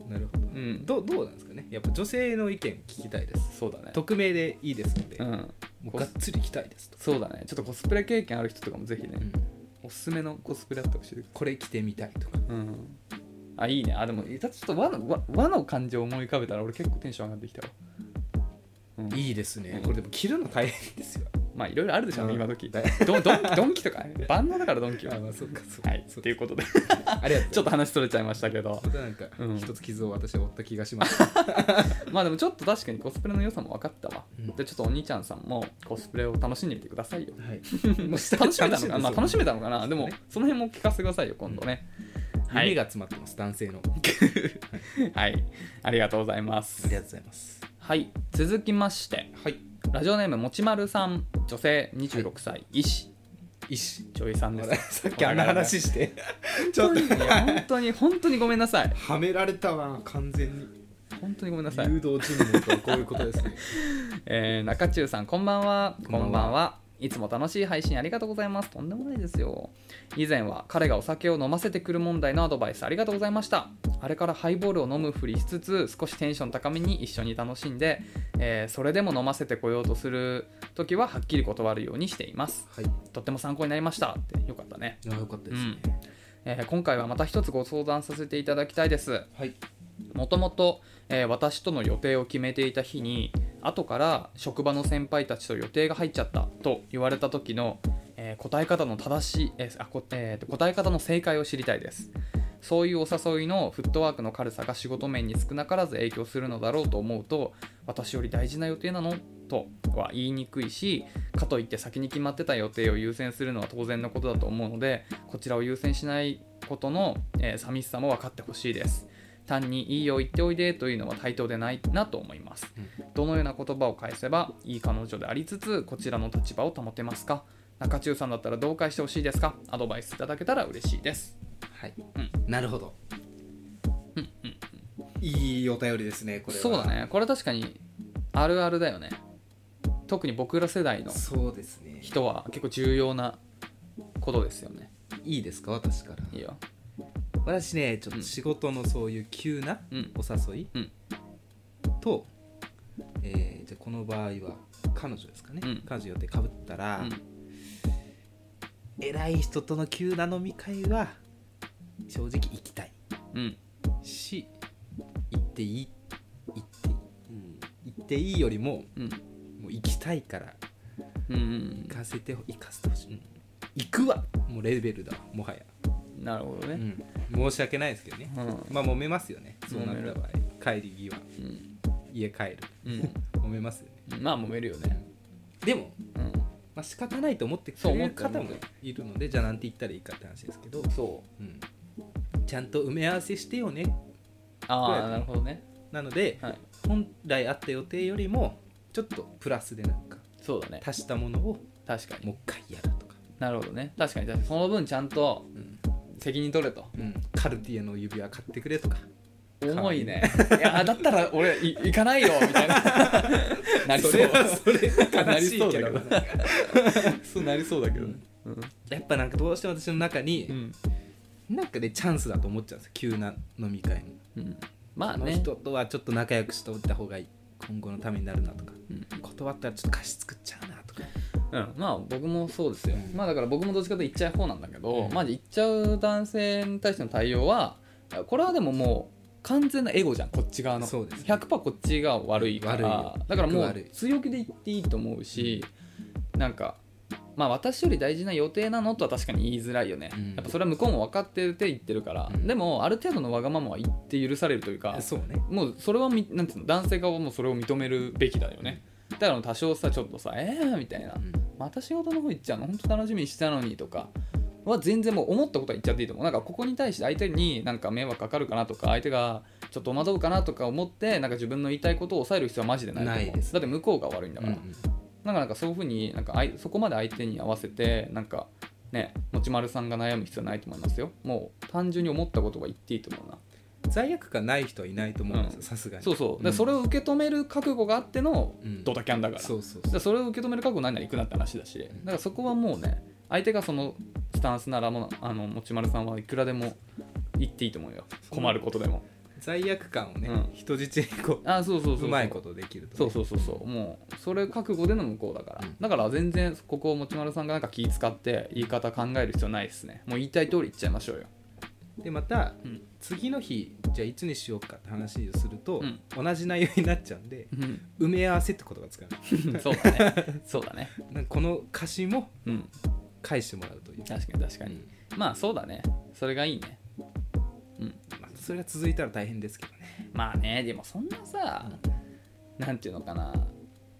なるほど
うん
どうどうなんですかねやっぱ女性の意見聞きたいです
そうだね
匿名でいいですので、
う
も
ん
うがっつり行きたいですと、
そうだねちょっとコスプレ経験ある人とかもぜひねおすすめのコスプレあったら教えてください
これ着てみたいとか
うんあいいねあでもちょっと和の和和の感じを思い浮かべたら俺結構テンション上がってきたわ、うん
いいですね
うん
これでも着るの大変ですよ
まあいろいろあるでしょう
う
ね、
ん
今時どドンドンキとかね万能だからドンキは
あまあそうかそうか
はい
そう
っていうことで
ありがとう
ちょっと話それちゃいましたけど
またなんか
うん
一つ傷を私は負った気がします、
まあでもちょっと確かにコスプレの良さも分かったわ、
うん
でちょっとお兄ちゃんさんもコスプレを楽しんでみてくだ さいよ
はい、
楽しめたのかな、まあ、楽し
み
めたのかなでもその辺も聞かせてくださいよ今度ね、はい
夢が詰まってます男性のあり
はいありがとうございます
がとうございます
はい続きまして
はい
ラジオネームもちまるさん女性26歳、医師
医師
女優さんです
さっきあんな話してちょ
本
っ
当
と
にね本当に本当にごめんなさい
はめられたわ完全に
本当にごめんなさい
誘導尋問とはこういうことですね
えー、中中さんこんばんは
こんばんは
はいつも楽しい配信ありがとうございますとんでもないですよ以前は彼がお酒を飲ませてくる問題のアドバイスありがとうございましたあれからハイボールを飲むふりしつつ少しテンション高めに一緒に楽しんで、えーそれでも飲ませてこようとする時ははっきり断るようにしています
はい
とっても参考になりましたってよかったね、
あよかったですね、
えー今回はまた一つご相談させていただきたいです
はい
もともと、えー私との予定を決めていた日に後から職場の先輩たちと予定が入っちゃったと言われた時の、えー答え方の正しい、えーあこえー答え方の正解を知りたいですそういうお誘いのフットワークの軽さが仕事面に少なからず影響するのだろうと思うと私より大事な予定なのとは言いにくいしかといって先に決まってた予定を優先するのは当然のことだと思うのでこちらを優先しないことの、えー寂しさも分かってほしいです単に「いいよ言っておいで」というのは対等でないなと思います
うん
どのような言葉を返せばいい彼女でありつつこちらの立場を保てますか中中さんだったらどう返してほしいですかアドバイスいただけたら嬉しいです
はい、
うん
なるほど
うんうん
いいお便りですねこれは
そうだねこれ確かにあるあるだよね特に僕ら世代の
そうですね
人は結構重要なことですよね
いいですか私から
いいよ
私ねちょっと仕事のそういう急な
うん
お誘い、
うん
と、えーじゃあこの場合は彼女ですかね、
うん
彼女予定かぶったら、
うん
偉い人との急な飲み会は正直行きたい
うん
し行っていい行っていい、行っていいよりも
うん
もう行きたいから
うん
行かせて行かせてほしい、うん行くわもうレベルだわもはや、
うんなるほど
う
ね
ん申し訳ないですけどね
うん
まあ揉めますよねそうなっ
揉め
た
る
場合帰り際
うん
家帰る
うん
揉めますよね
まあ揉めるよね
でも、
うん
まあ仕方ないと思ってく
そう思
れ
っ
る
て
方もいるのでじゃあなんて言ったらいいかって話ですけど、
そう
うんちゃんと埋め合わせしてよねぐらい
あ
だ
あ
ね
なるほどね
なので
はい
本来あった予定よりもちょっとプラスでなんか
そうだね
足したものを
確かに
もう一回やるとか、
なるほどね確かに確かにその分ちゃんと
うん
責任取れと
うんカルティエの指輪買ってくれとか
重いねいやだったら俺い行かないよみたいな なりそう
それはそれは悲しいけど
なりそう そうなりそうだけどねうん
やっぱなんかどうしても私の中に
う、ん
なんかねチャンスだと思っちゃうんですよ急な飲み会の
うんまあ
あの
ね
人とはちょっと仲良くしておいた方がいい今後のためになるなとか
うん
断ったらちょっと貸し作っちゃうなとか
うん、まあ僕もそうですよ、
うん
まあだから僕もどっちかというと言っちゃう方なんだけど、
うん
まあ言っちゃう男性に対しての対応はこれはでももう完全なエゴじゃんこっち側の、
そうですね
100%こっちが悪いか
悪い
ら
よ
だからも
悪
う
い
強気で言っていいと思うし、なんかまあ、私より大事な予定なのとは確かに言いづらいよね、
うん
やっぱそれは向こうも分かってて言ってるから、
うん
でもある程度のわがままは言って許されるというか
そうね
もうそれはみなんていうの男性側はもうそれを認めるべきだよねだから多少さちょっとさ「えー」みたいな「また仕事の方行っちゃうの本当楽しみにしてたのに」とかは全然もう思ったことは言っちゃっていいと思うなんかここに対して相手になんか迷惑かかるかなとか相手がちょっと戸惑うかなとか思ってなんか自分の言いたいことを抑える必要はマジでないと思う
ないです
だって向こうが悪いんだ
う
か
ん
ら、なんかなんかそういうふうになんかあいそこまで相手に合わせてなんかねもちまるさんが悩む必要はないと思いますよもう単純に思ったことが言っていいと思うな
罪悪感ない人はいないと思うんです
う
よ
ん
さすがに
そうそう、だからそれを受け止める覚悟があっての
うん
ドタキャンだから,、
そうそう
だか
そう
らそれを受け止める覚悟ないなら行くなって話だしだからそこはもうね相手がそのスタンスならもうあのもちまるさんはいくらでも言っていいと思うよ困ることでも
罪悪感をね、
うん
人質にこう
あそうそうそうそう
うまいことできるとね
そうそうそうそうもうそれ覚悟での向こうだから、
うん
だから全然ここを持丸さんがなんか気使って言い方考える必要ないですねもう言いたい通り言っちゃいましょうよ
でまた、
うん
次の日じゃあいつにしようかって話をすると、
うん
同じ内容になっちゃうんで埋め合わせって言葉使う
そうだねそうだね
なんかこの歌詞も
うん
返してもらうという、
確かに確かに、まあそうだねそれがいいねうん
まあ、それが続いたら大変ですけどね
まあねでもそんなさなんていうのかな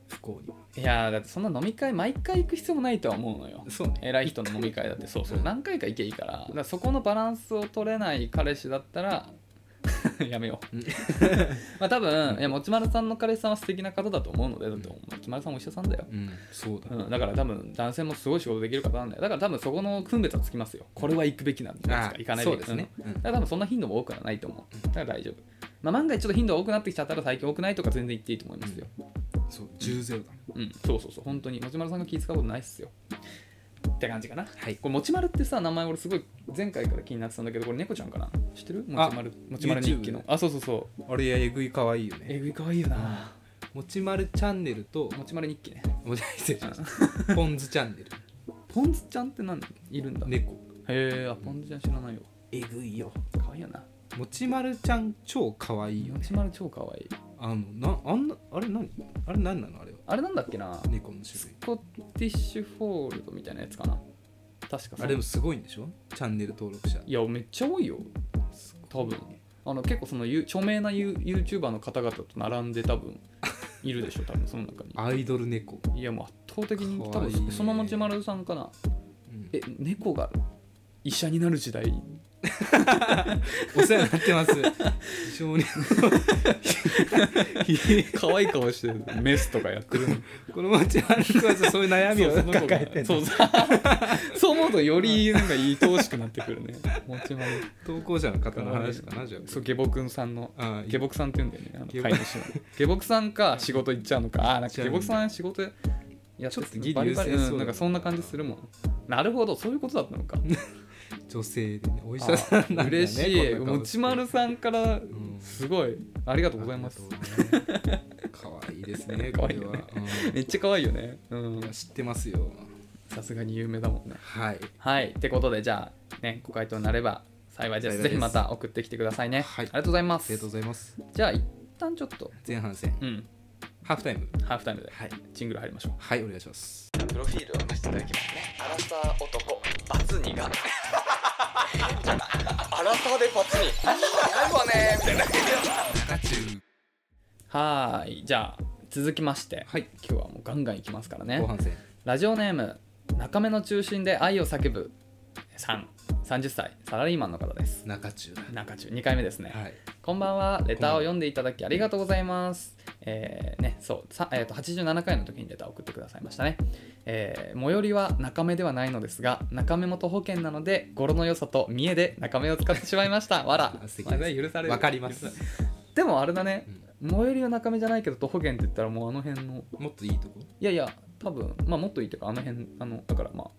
不幸にも
いやーだってそんな飲み会毎回行く必要もないとは思うのよ
そうね
偉い人の飲み会だってそうそう
うん
何回か行けばいいからだからそこのバランスを取れない彼氏だったら やめよう
うん
まあ多分いやもちまるさんの彼氏さんは素敵な方だと思うのでだってもちまるさんもお医者さんだよ、
うんそうだ、
うん、だから多分男性もすごい仕事できる方なんだよだから多分そこの区別はつきますよこれは行くべきなんです
あ
か
あ
行かない
そ
べき
うですね、うん
うんだから多分そんな頻度も多くはないと思うだから大丈夫まあ万が一ちょっと頻度が多くなってきちゃったら最近多くないとか全然言っていいと思いますよ
そう10ゼロだ、
うん、そうそうそう本当に持丸さんが気使うことないっすよって感じかな
はい
これ、もちまるってさ、名前俺すごい前回から気になってたんだけど、これ猫ちゃんかな知ってるも
あ
ちまる。もちまる日記
YouTube
の
ね。
あ、そうそうそう。
あれえぐいかわいいよね
えぐいかわいいよな。
もちまるチャンネルと
もちまる日記ね。
もち失礼しましたポンズチャンネル
ポンズちゃんって何いるんだ。へ
猫
え、あ、ポンズちゃん知らないよ。
えぐいよ
かわいいよな。
もちまるちゃん超かわいいよ
もちまる超かわいい。
あのなあんなあれ何あれ何なのあれは
あれなんだっけな。
猫の種類
スコティッシュフォールドみたいなやつかな。確か
あれでもすごいんでしょチャンネル登録者
いや、めっちゃ多いよ。多分。あの結構そのゆ著名なユー YouTuber の方々と並んで多 分いるでしょ、多分その中に。
アイドル猫、
いやもう圧倒的に多
かわいいね
分そのままちまるさんかな
うん
え猫が医者になる時代
お世話になってます 非常に
可愛い顔してるメスとかやって る
このもちまる君はそういう悩みを抱えてんの
そうそうそう思うとよりなんか愛おしくなってくるねもちまる
投稿者の方の話かなじゃあ
そう下僕さんの
ああいい
下僕さんって言うんだよねあの
下
飼
僕
い主の下僕さんか仕事行っちゃうのかあーなんか下僕さん仕事やって
ちょっと
て
ギリ
バリバリ
優先そうだ
うんなんかそんな感じするもんなるほどそういうことだっ たのか
女性でねお医者さんなんだ、ね、
嬉しい
こんな顔
もちまるさんから
ん
すごいありがとうございます
可愛いですね
可
こ
愛い
れ
よ
は、
ね
う
めっちゃ可愛いよねうん
ん知ってますよ
さすがに有名だもんね
はい
はいってことでじゃあねご回答になれば幸いです
幸い
ぜ
です
ひまた送ってきてくださいね、
はい
ありがとうございま
あ
す
りがとうございます
じゃあ一旦ちょっと
前半戦
うん
ハーフタイム
ハーフタイムで
はい
ジングル入りましょう
はいお願いします
プロフィールを出していただきますね。アラサー男、バツ2が。アラサーでバツ2。やばねみたいな。はーい、じゃあ続きまして、
はい
今日はもうガンガンいきますからね
後。半戦
ラジオネーム、中目の中心で愛を叫ぶさん、30歳、サラリーマンの方です。
中中だ
中中、2回目ですね。
はい
こんばんは。レターを読んでいただきありがとうございます。えーね、そう、さえーと87回の時にレターを送ってくださいましたね。えー最寄りは中目ではないのですが、中目も徒歩圏なので、語呂の良さと見栄で中目を使ってしまいました。 わら。
あ素敵です
まあね許される
わかります
許されるでもあれだね
う、ん
最寄りは中目じゃないけど、徒歩圏って言ったらもうあの辺の、
もっといいとこ
いやいや、多分、まあもっといいというか、あの辺、あの、だからまあ、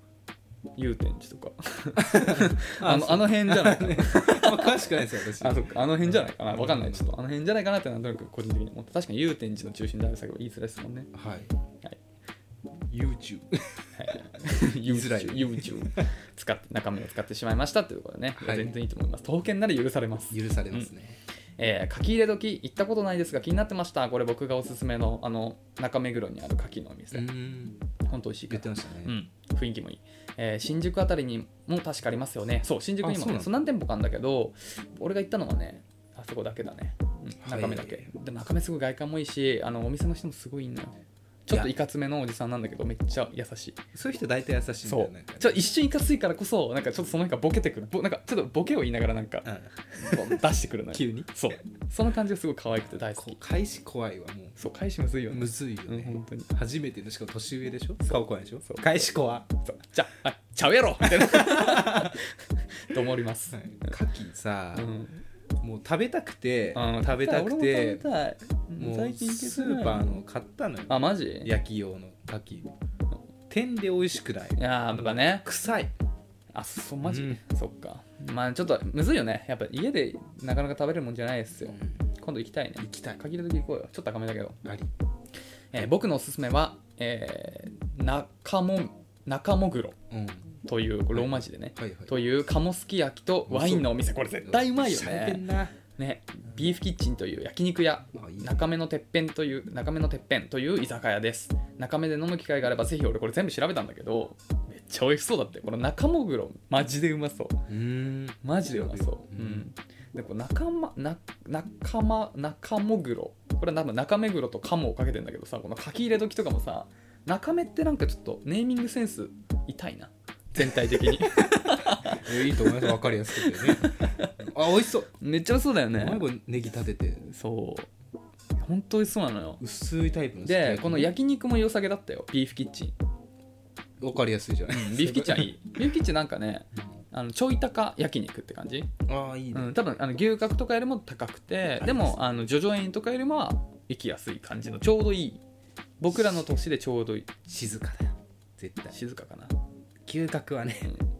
祐天寺とか、 あのあの辺じゃないかな。
あんま詳しくないですよ私
あそっかあの辺じゃないかなわかんないちょっとあの辺じゃないかなってなんとなく個人的に思って確かに祐天寺の中心である作業言いづらいです もんね
はい
はい
YouTube
言
いづら い
YouTube 使って中身を使ってしまいましたということでね、
はい
全然いいと思います刀剣なら許されます
許されますね
えー、書き入れ時行ったことないですが気になってましたこれ僕がおすすめのあの中目黒にある牡蠣のお店、
うん
本当美味しいか
言
ら
ってましたね、
うん、雰囲気もいい、えー新宿あたりにも確かありますよねそう新宿に
あ
も
そうな
ね
の
そう何店舗かあるんだけど俺が行ったのはねあそこだけだね、うん、
はい
中目だけ、でも中目すごい外観もいいしあのお店の人もすごいいいのよちょっといかつめのおじさんなんだけどめっちゃ優しい
そういう人大体優しいんだ
そ
よ
う
ね
ちょっと一瞬いかついからこそなんかちょっとその人がボケてくるぼなんかちょっとボケを言いながらなんか
うん
こう出してくるのよ
急に
そうその感じがすごい可愛くて大好
こう
き
返し怖いわも
そう返しむずいよ
う
ね
むずいよ
うん
ね、
本当に
初めてのしかも年上でしょ顔怖いでしょ
そう
返し怖
そうじゃああちゃうやろみたいな と思います、
カキさ、
うん
もう食べたくて、
うん
食べたくて
俺も食べたい
も
最
う
近行け
ス
てない
ーパーの買ったのよ
あマジいや
焼き用のカキ点で美味しくない
やっぱね
臭い
あそうマジ、
う
そっかまあちょっとむずいよねやっぱ家でなかなか食べれるもんじゃないですよ今度行きたいね
行きたい
限り時行こうよちょっと高めだけど、
あり
えー僕のおすすめは、えー中も中もぐろ
うんは
というローマ字でね、
いはい
という鴨すき焼きとワインのお店これ絶対うまいよ
しゃれて
ね
んな
ねビーフキッチンという焼肉屋
あいいね
中目のてっぺんという中目のてっぺんという居酒屋です中目で飲む機会があればぜひ俺これ全部調べたんだけどめっちゃ美味しそうだってこの中もぐろマジでうまそう
うーん
マジでうまそう、う
うん
ん、でこう仲間な仲間中もぐろこれは多分中目黒と鴨をかけてんだけどさこの書き入れ時とかもさ中目ってなんかちょっとネーミングセンス痛いな全体的 に
えいいと思います分かりやすくて ねあ美味しそう
めっちゃ美味しそうだよね
最後ネギ立てて
そう本当美味しそうなのよ
薄いタイプの
でこの
焼
焼肉も良さげだったよビーフキッチン
分かりやすいじゃない
ビーフキッチンはいい。ビーフキッチンなんかね、あのちょい高焼肉って感じ。
ああいいうね
ん、多分あの牛角とかよりも高くて、でもあの叙々苑とかよりもは行きやすい感じのちょうどいい。僕らの年でちょうどいい。
静かだよ絶対
静かかな。
嗅覚はね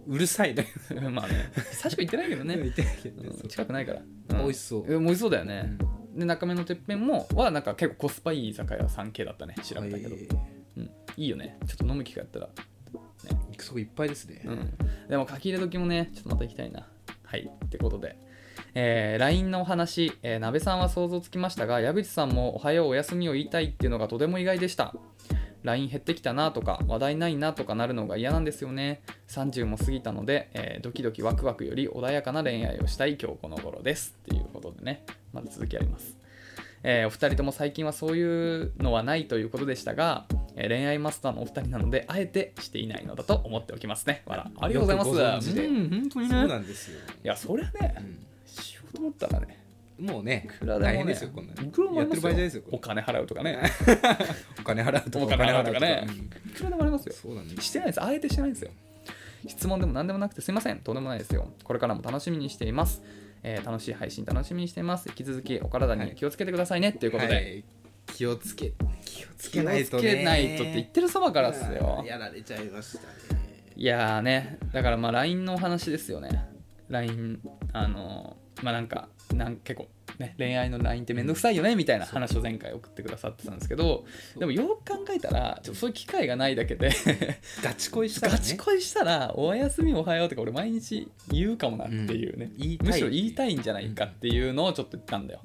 うるさいだよ
うんまあね、久しく行ってないけどね。
見て ないけど
う
ね
ん
そう
近くないから。
美
うん
味しそう
うん美味しそうだよ
う
ね
ん。
で中目のてっぺんもはなんか結構コスパいい居酒屋 3K だったね調べたけど、
はい
うん、いいよねちょっと飲む機会あったら
行くとこいっぱいですね
うん、でも書き入れ時もねちょっとまた行きたいなはいってことで、えー LINE のお話、えー、鍋さんは想像つきましたが矢口さんも「おはようお休み」を言いたいっていうのがとても意外でした LINE 減ってきたなとか話題ないなとかなるのが嫌なんですよね30も過ぎたので、えードキドキワクワクより穏やかな恋愛をしたい今日この頃ですっていうことでねまだ続きありますえーお二人とも最近はそういうのはないということでしたが、えー恋愛マスターのお二人なのであえてしていないのだと思っておきますね。わらありがとうご
よく
ざい
ご
ま
存
す。
知で
うん本当
そう
に
な
ね。
んですよ
いやそりゃね、
う
しようと思ったらね、
んもうね
いくらでもね
大変ですよこんない
くらでもあ
やって
りま
る
す
場合じゃな
よ
いですよこれ
お金払うとかね、
お金払うとか
お金払うとかね
うん
いくらでもありますよ。
そうなんです
してないです。あえてしてないんですよ。質問でも何でもなくてすいません。とんでもないですよ。これからも楽しみにしています。えー楽しい配信楽しみにしています。引き続きお体に気をつけてくださいね。ということで、
はい気をつけ気をつ
気
け
を
ない
つ
とね
けないとって言ってるそばからっすよ。
やられちゃいましたね
いやーねだからまあ LINE のお話ですよね LINE あのーまあなんかなん結構ね恋愛の LINE って面倒くさいよねみたいな話を前回送ってくださってたんですけど
そう
でもよく考えたらちょっとそういう機会がないだけで
ガチ恋したら
ガ
ね
チ恋したら「おやすみおはよう」とか俺毎日言うかもなっていうね、
うん言いたい
むしろ言いたいんじゃないかっていうのをちょっと言ったんだよ。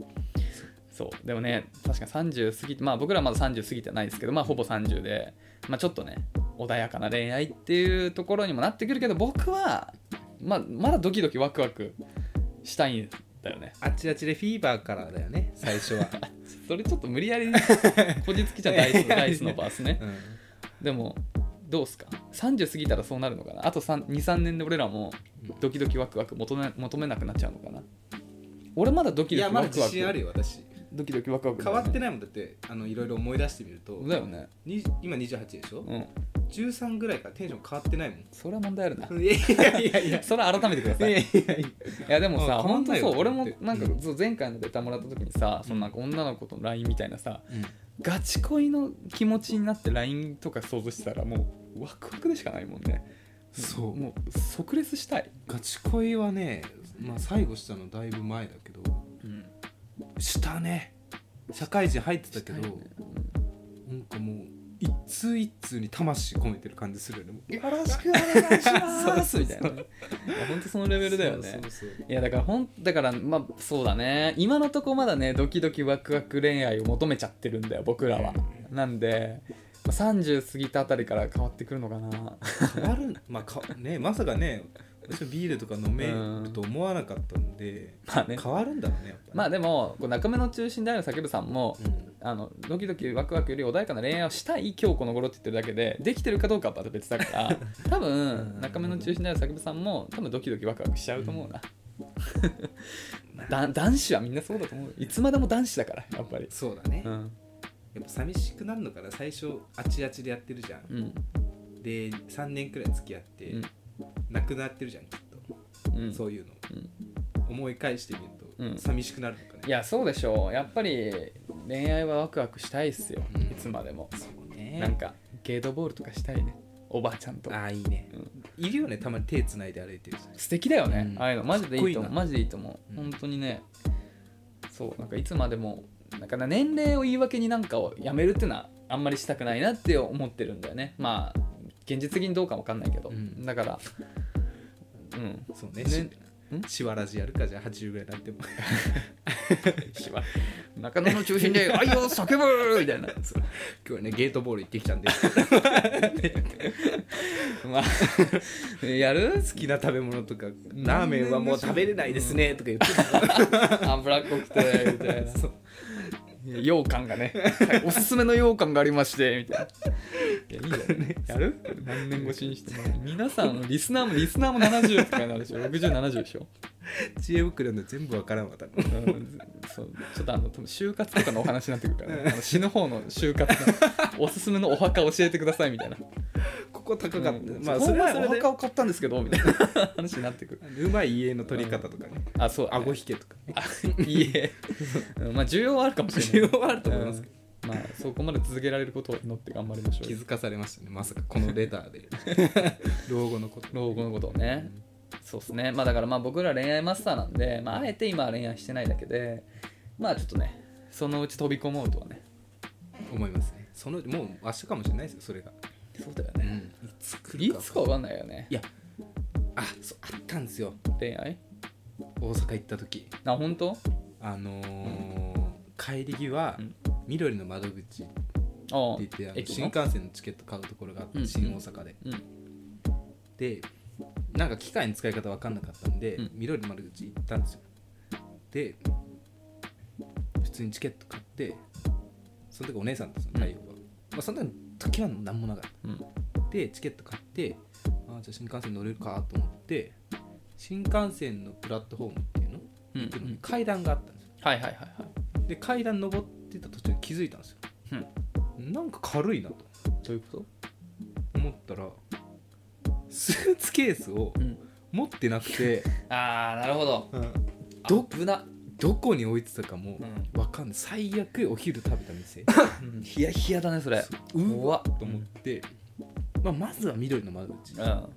そうでもね確か30過ぎてまあ僕らまだ30過ぎてないですけどまあほぼ30で、まあ、ちょっとね穏やかな恋愛っていうところにもなってくるけど僕は、まあ、まだドキドキワクワクしたいんだよね
あっちあっちでフィーバーからだよね最初は
それちょっと無理やりこじつきちゃうダイ スダイスのバースね
うん
でもどうすか30過ぎたらそうなるのかなあと23年で俺らもドキドキワクワク求め求めなくなっちゃうのかな俺まだドキ
い
ド
や
キワ
まだ
ク
自
ワ
信ある
ク
よ私
ドキドキワクワク
変わって
な
ないもんだってあのいろいろ思い出してみると
だよね
に今28でしょ
うん
13ぐらいからテンション変わってないもん
それは問題あるない
やいやいやいや
それは改めてください
いやいやいや
いやでもさ
あ変わ
本
ん
当
ない
そ
よ
う俺もなんか
うん
そう前回のレターもらった時にさそのなんか女の子との LINE みたいなさ
うん
ガチ恋の気持ちになって LINE とか想像してたらもうワクワクでしかないもんね
そう
もう即レスしたい、
ガチ恋はね、まあ、最後したのだいぶ前だけどしたね社会人入ってたけど、
したいよね
なんかもう一通一通に魂込めてる感じするよねもう
よろしくお願いしま
そ
す
う
みたいないや本当そのレベルだよね
そうそうそう
いやだからほんだからまあそうだね今のとこまだねドキドキワクワク恋愛を求めちゃってるんだよ僕らはなんでまあ30過ぎたあたりから変わってくるのかな
変わるまあかねまさかね私もビールとか飲めると思わなかったんで
まあね
変わるんだろうねやっぱり
まあでもこう中目の中心である叫ぶさんも
うん
あのドキドキワクワクより穏やかな恋愛をしたい今日この頃って言ってるだけでできてるかどうかはまた別だから 多分中目の中心である叫ぶさんも多分ドキドキワクワクしちゃうと思うな、だ男子はみんなそうだと思ういつまでも男子だからやっぱり
そうだね、
うん
やっぱ寂しくなるのかな最初あちあちでやってるじゃん、
うん
で3年くらい付き合って、
うん
なくなってるじゃんきっと、
うん
そういうの、
うん
思い返してみ
う
る
ん
と寂しくなるのかね、
いやそうでしょうやっぱり恋愛はワクワクしたいっすよ、
うん
いつまでも、
そうね
なんかゲートボールとかしたいねおばあちゃんと
ああいいね、いるよねたまに手つないで歩いてる人
素敵だよね、
うん
ああいうのマジでいいと
かっこいい
思
うな
マジでいいと思う、
うん
本当にねそうなんかいつまでもなんかな年齢を言い訳になんかをやめるっていうのはあんまりしたくないなって思ってるんだよねまあ現実的にどうかわかんないけど、
うん
だからうん
そうね
ね
し
ん
しわらじやるかじゃあ80ぐらいになっても
中野の中心 で「愛を叫ぶ!」みたいな
そう今日はねゲートボール行ってきた んで好
まあやる
きな食べ物とかラーメンはもう食べれないですねとか言って
脂っこくてみた いな
そう
羊羹がね、はい おすすめの羊羹がありましてみたいない やいいよねやる何年越しにして皆さんリスナーもリスナーも70とかになるでしょ6070でしょ、
知恵袋の全部わからんわ多分
うん、そうちょっとあの多分就活とかのお話になってくるから、ね、あの死ぬ方の就活のおすすめのお墓教えてくださいみたいな
ここ高かった、
うん
まあ
こ
そ
の
れはそ
前
れ
お
で
墓を買ったんですけどみたいな話になってくる
うまい家の取り方とかね、
あそう
顎引けとかね
あいいえうんまあ需要はあるかもしれな い
需要はあると思いますけ
うんまあそこまで続けられることを祈って頑張りましょう
気づかされましたねまさかこのレター で老後のこと
老後のことをねそうですねまあだからまあ僕ら恋愛マスターなんで、まあ、あえて今は恋愛してないだけでまあちょっとねそのうち飛び込もうとはね
思いますねそのもう明日かもしれないですよそれが、
そうだよね
いつ来
い
るか
つかわかんないよね
いやあそうあったんですよ
恋愛
大阪行った時
あ本当
あのー帰り際、
うん
緑の窓口って
ああ
言ってあの
駅の
新幹線のチケット買うところがあって、
うん
新大阪で
うん
でなんか機械の使い方分かんなかったんで、
うん
緑の窓口行ったんですよで普通にチケット買ってその時お姉さんですよ対応は、まあ、その時は何もなかっ
うん
たでチケット買ってあーじゃあ新幹線乗れるかと思って新幹線のプラットフォームっていうの
うんう
っていうのに
ん
階段があったんですよ
はいはいはいはい
で階段登ってた途中で気づいたんですよ、なんか軽いなと
どういうこ
思ったらスーツケースを
と、うん、
持ってなくて、
ああなるほど
ど
危な
どこに置いてたかも
う
わかんない最悪お昼食べた 店
うんヒヤヒヤだねそれ
うわ
怖っ
と思って、まあ、まずは緑の窓口
う
行
ん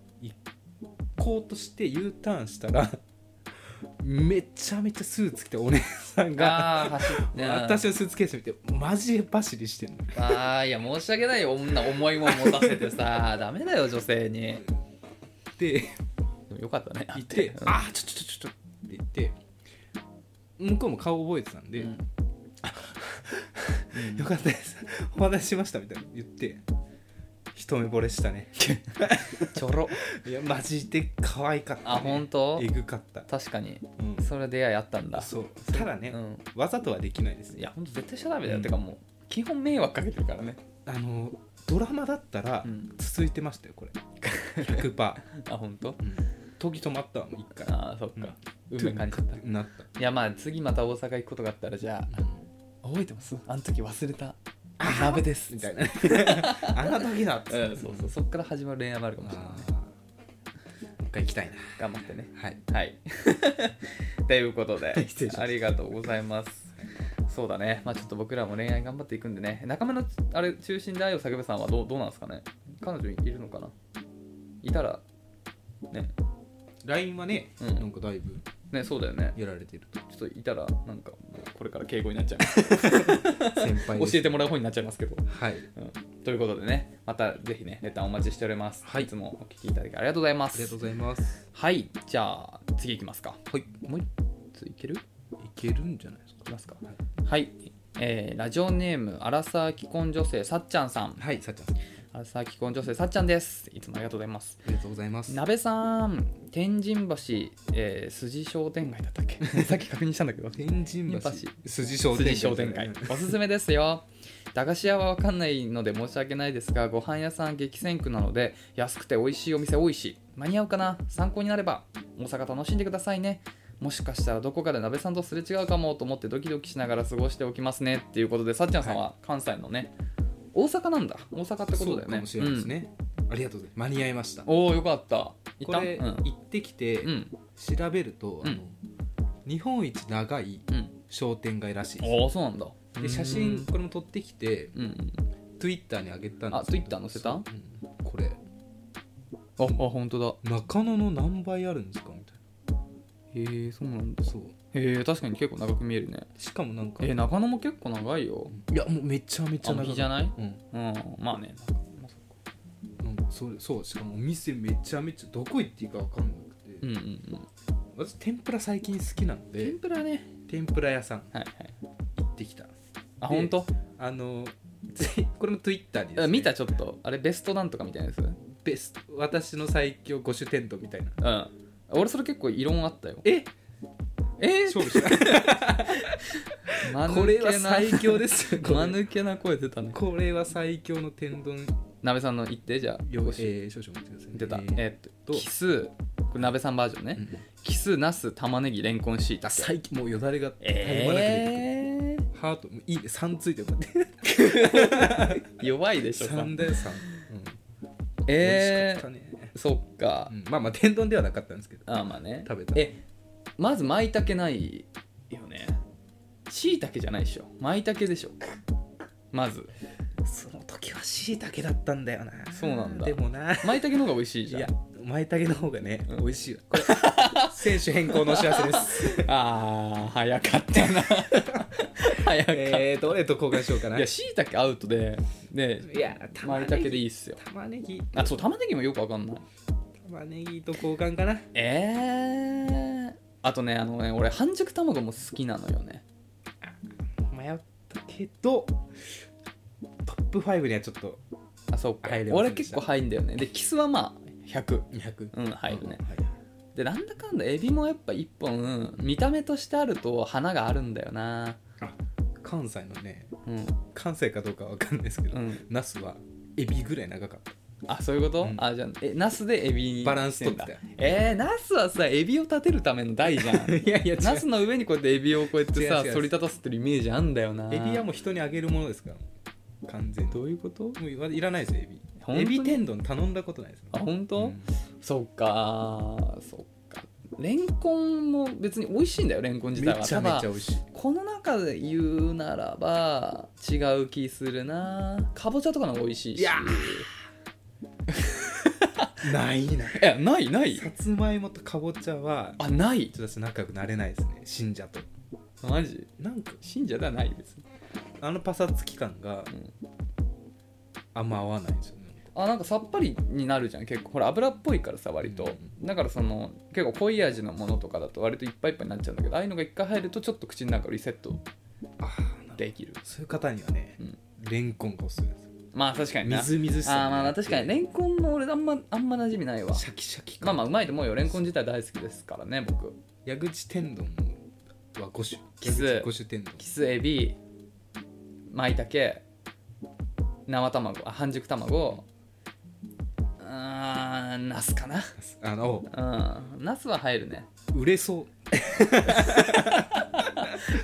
こうとして U ターンしたらめちゃめちゃスーツ着たお姉さんが
ああ走 って
私のスーツケース見てマジ走りしてんの
ああいや申し訳ないよ女重いもん持たせてさダメだよ女性に
で
よかったね
いて「
あ
あーちょちょちょちょ」って言って向こうも顔覚えてたんで「よかったですお話ししました」みたいな言って一目惚れしたね
ちょろ
いやマジで可愛かった、ね、
あ本当
えぐかった、
確かに
うん
それ出会いあったんだ
そうただね、
うん
わざとはできないです
い
ね
やほんと絶対しちゃダメだよ、
うん
てかもう基本迷惑かけてるからね
あのドラマだったら
うん
続いてましたよこれ100%、
あ本当
うん、時止まったわもう一回
あーそっか、運命感じちゃったい
なった
やまあ次また大阪行くことがあったらじゃあ覚えてますあの時忘れた鍋です
みたいな あの時だった、
うんそうそうそっから始まる恋愛もあるかもしれない
あ
ね
ーもう一回行きたいな
頑張ってね
はい
はい。 ということで
はい失礼しまし、た
ありがとうございます。そうだね、まあ、ちょっと僕らも恋愛頑張っていくんでね、仲間のあれ中心で愛を叫ぶさんはどうどうなんですかね彼女いるのかないたら、ね、
LINE はね、
うん
なんかだいぶ
ね、そうだよね。
やられてると
ちょっといたら、なんか、これから敬語になっちゃう。
先輩
教えてもらう方になっちゃいますけど。
はい、
うんということでねまたぜひねレターお待ちしております、
はい
いつもお聞きいただきありがとうございま
りがと
す
うございます
はいじゃあ次いきますか
はい
もう一ついける
いけるんじゃないですか
いきますかはい、えーラジオネームアラサー既婚女性さっちゃんさん
はいさっちゃんあ
アラサー既婚女性さっちゃんですいつもありがとうございます
りがとうございます
鍋さん天神橋、えー筋商店街だったっけ さっき確認したんだけど
天神橋
天
筋商店
筋
街
商店街おすすめですよ駄菓子屋はわかんないので申し訳ないですがご飯屋さん激戦区なので安くて美味しいお店多いし間に合うかな参考になれば大阪楽しんでくださいねもしかしたらどこかで鍋さんとすれ違うかもと思ってドキドキしながら過ごしておきますねっていうことでさっちゃんさんは関西のね、大阪なんだ大阪ってこ
そ
と
う
だよ
か
ね
もしれないですねありがとうございます間に合いました
うんおおよかった行
こ
った
れ
うん
行ってきて
うん
調べるとあの
うん
日本一長い
うん
商店街らしいです
おおそうなんだ
で写真これも撮ってきて
うんうん、
Twitter に上げたんです
あ Twitter 載せた
そううんこれ
ああ本当だ
中野の何倍あるんですかみたい
へえそうなんだ
なそう
へえ確かに結構長く見えるね
しかもなんか
えー
い
中野も結構長いよ
やもうめちゃめちゃ
あ
長
右
い
じゃない
うん
うんまあね
なんかそれそうしかもお店めちゃめちゃどこ行っていいか分かんなくて、
うんうんうん
私天ぷら最近好きなんで
天ぷらね
天ぷら屋さん
はいはい
行ってきた
あ
で
本当
あのぜ これも Twitter にですね、
あ見たちょっとあれベストなんとかみたいなやつう
ベスト私の最強5種テントみたいなん
俺それ結構異論あったよ
え
え
勝負した
間
これ
抜
は
けな
最強ですよこれ
間抜けな声出たね
これは最強の天丼
鍋さんの言ってじゃあ
よ
よ
し、
し
えー、少々お待ちくださいね
出た
え
えーっと奇数これ鍋さんバージョ
ー
ン
う
ね
ん
奇数ナス玉ねぎレンコンしいた
あ最近もうよだれが絶えまなくて
え
ハートもういいね3ついてもらって
ー弱いでしょ
3だよ3、うん、
え
美味しかった
ー
ね、
そっか
うんまあまあ天丼ではなかったんですけど
あーまあね
食べた
えまず舞茸ないよねしいたけじゃないでしょ舞茸でしょまず
その時はしいたけだったんだよな
そうなんだ
でもな
舞茸の方が美味しい
い
じゃん
や舞茸の方がね、
うん
美味しいわこれ 選手変更のお知らせ です
あー早かったな早かった、
えーどれと交換しようかない
やしいたけアウトでで
いや玉
舞
ね
茸でい
ぎ
いっすよ
玉ねぎ
あそう玉ねぎもよくわかんない
玉ねぎと交換かな
えー、あとねあのね俺半熟卵も好きなのよね
迷ったけどトップ5にはちょっと
あそうか
入れませ
俺
んでし
結
た
構入んだよねでキスはまあ100
200
うん入るね
うんはい
でなんだかんだエビもやっぱ一本見た目としてあると花があるんだよな
あ関西のね
うん
関西かどうかは分かんないですけど、
うん
ナスはエビぐらい長かった
あそういうこと、
うん
あじゃあえナスでエビに
バランス取って
してんだえー、ナスはさエビを立てるための台じゃん
いやいや違う
ナスの上にこうやってエビをこうやってさ
違う違う
反り立たせてるイメージあんだよな
エビはもう人にあげるものですから完全に
どういうこと
もういわいらないですよエビ
本当に
エビ天丼頼んだことないです
あ本当、
うん
そっかそっかレンコンも別に美味しいんだよレンコン
め
自
ちゃ
体
め
は
ちゃ
ただ
美味しい
この中で言うならば違う気するなかぼちゃとかの方が美味しいし
いやないない
やないない
さつまいもとかぼちゃは
あない
ちょっと私仲良くなれないですね信者と
マジ
なんか
信者ではないです
あのパサつき感が
ん
あんま合わないですよね
あなんかさっぱりになるじゃん結構ほら油っぽいからさ割と、だからその結構濃い味のものとかだと割といっぱいいっぱいになっちゃうんだけどああいうのが一回入るとちょっと口の中をリセット
あーなる
できる
そういう方にはね、
うん
レンコンがおすすめです
まあ確かに
み
な
ずみずしさ
あーまあ確かにレ
ン
ンコンも俺あんまあんま馴染みないわ
シャキシャキ
まあ
感、
まあうまいと思うよレンコン自体大好きですからね僕
矢口天丼は5種
キス
矢口5種天丼
キスエビ舞茸生卵あ半熟卵あーナスかな
あの
うんナスは入るね
売れそう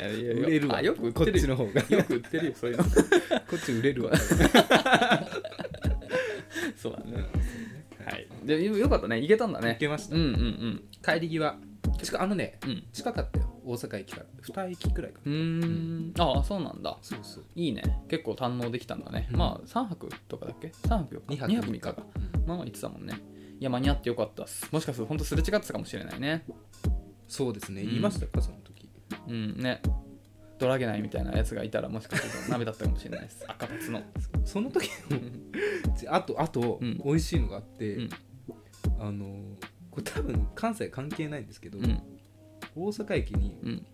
いやいやいや
売れるわ
あよく売ってる
こっちの方が
よく売ってるよそういうの
こっち売れ るわ
そうだねはいでよよかったね行けたんだね
行けました
うんうんうん
帰り際近あのね
うん
近かったよ大阪駅から2駅くらいか
う
な
ーんああそうなんだ
そうそう
いいね結構堪能できたんだね、
うん
まあ3泊とかだっけ3泊4日
2泊
二3日か
うん
まあまあ言ってたもんねいや間に合ってよかったっすもしかすると本当すれ違ってたかもしれないね
そうですね
うん
言いましたかその時
うんねドラゲナイみたいなやつがいたらもしかすると鍋だったかもしれないです赤パツの
その時の あとあと、
うん
美味しいのがあって、
うん
あのこれ多分関西関係ないんですけど、
うん
大阪駅に
うん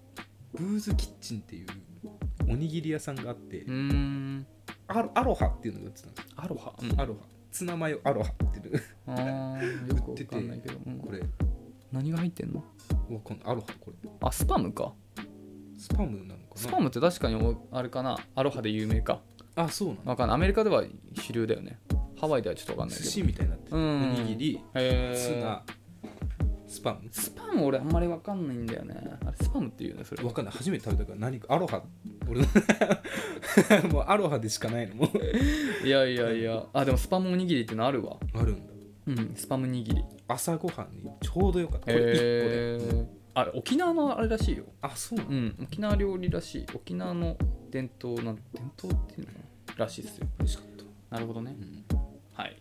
ブーズキッチンっていうおにぎり屋さんがあって、
うーん
アロアロハっていうのが売ってたんですよ
アロハ、うん、
アロハツナマヨアロハっていう
あーよくわかんないけど、うん
これ
何が入ってんの
わかんないアロハこれ
あスパムか
スパムなのかな
スパムって確かにおあれかなアロハで有名か
あそうなの
わかんないアメリカでは主流だよねハワイではちょっとわかんない
寿
けど
司みたいになってる
う
お
ん
にぎり
へ
ツ
ー
ナスパム
スパム俺あんまりわかんないんだよねあれスパムっていうねそれ
わかんない初めて食べたから何かアロハ俺 もうアロハでしかないのもう
いやいやいやあでもスパムおにぎりってのあるわ
あるんだ
うんスパムにぎり
朝ごはんにちょうどよかったこれ1個で
へえあ沖縄のあれらしいよ
あそうなの
うん沖縄料理らしい沖縄の伝統なん伝統っていうのかならしいっすよ
美味しかった
なるほどね
ん
はい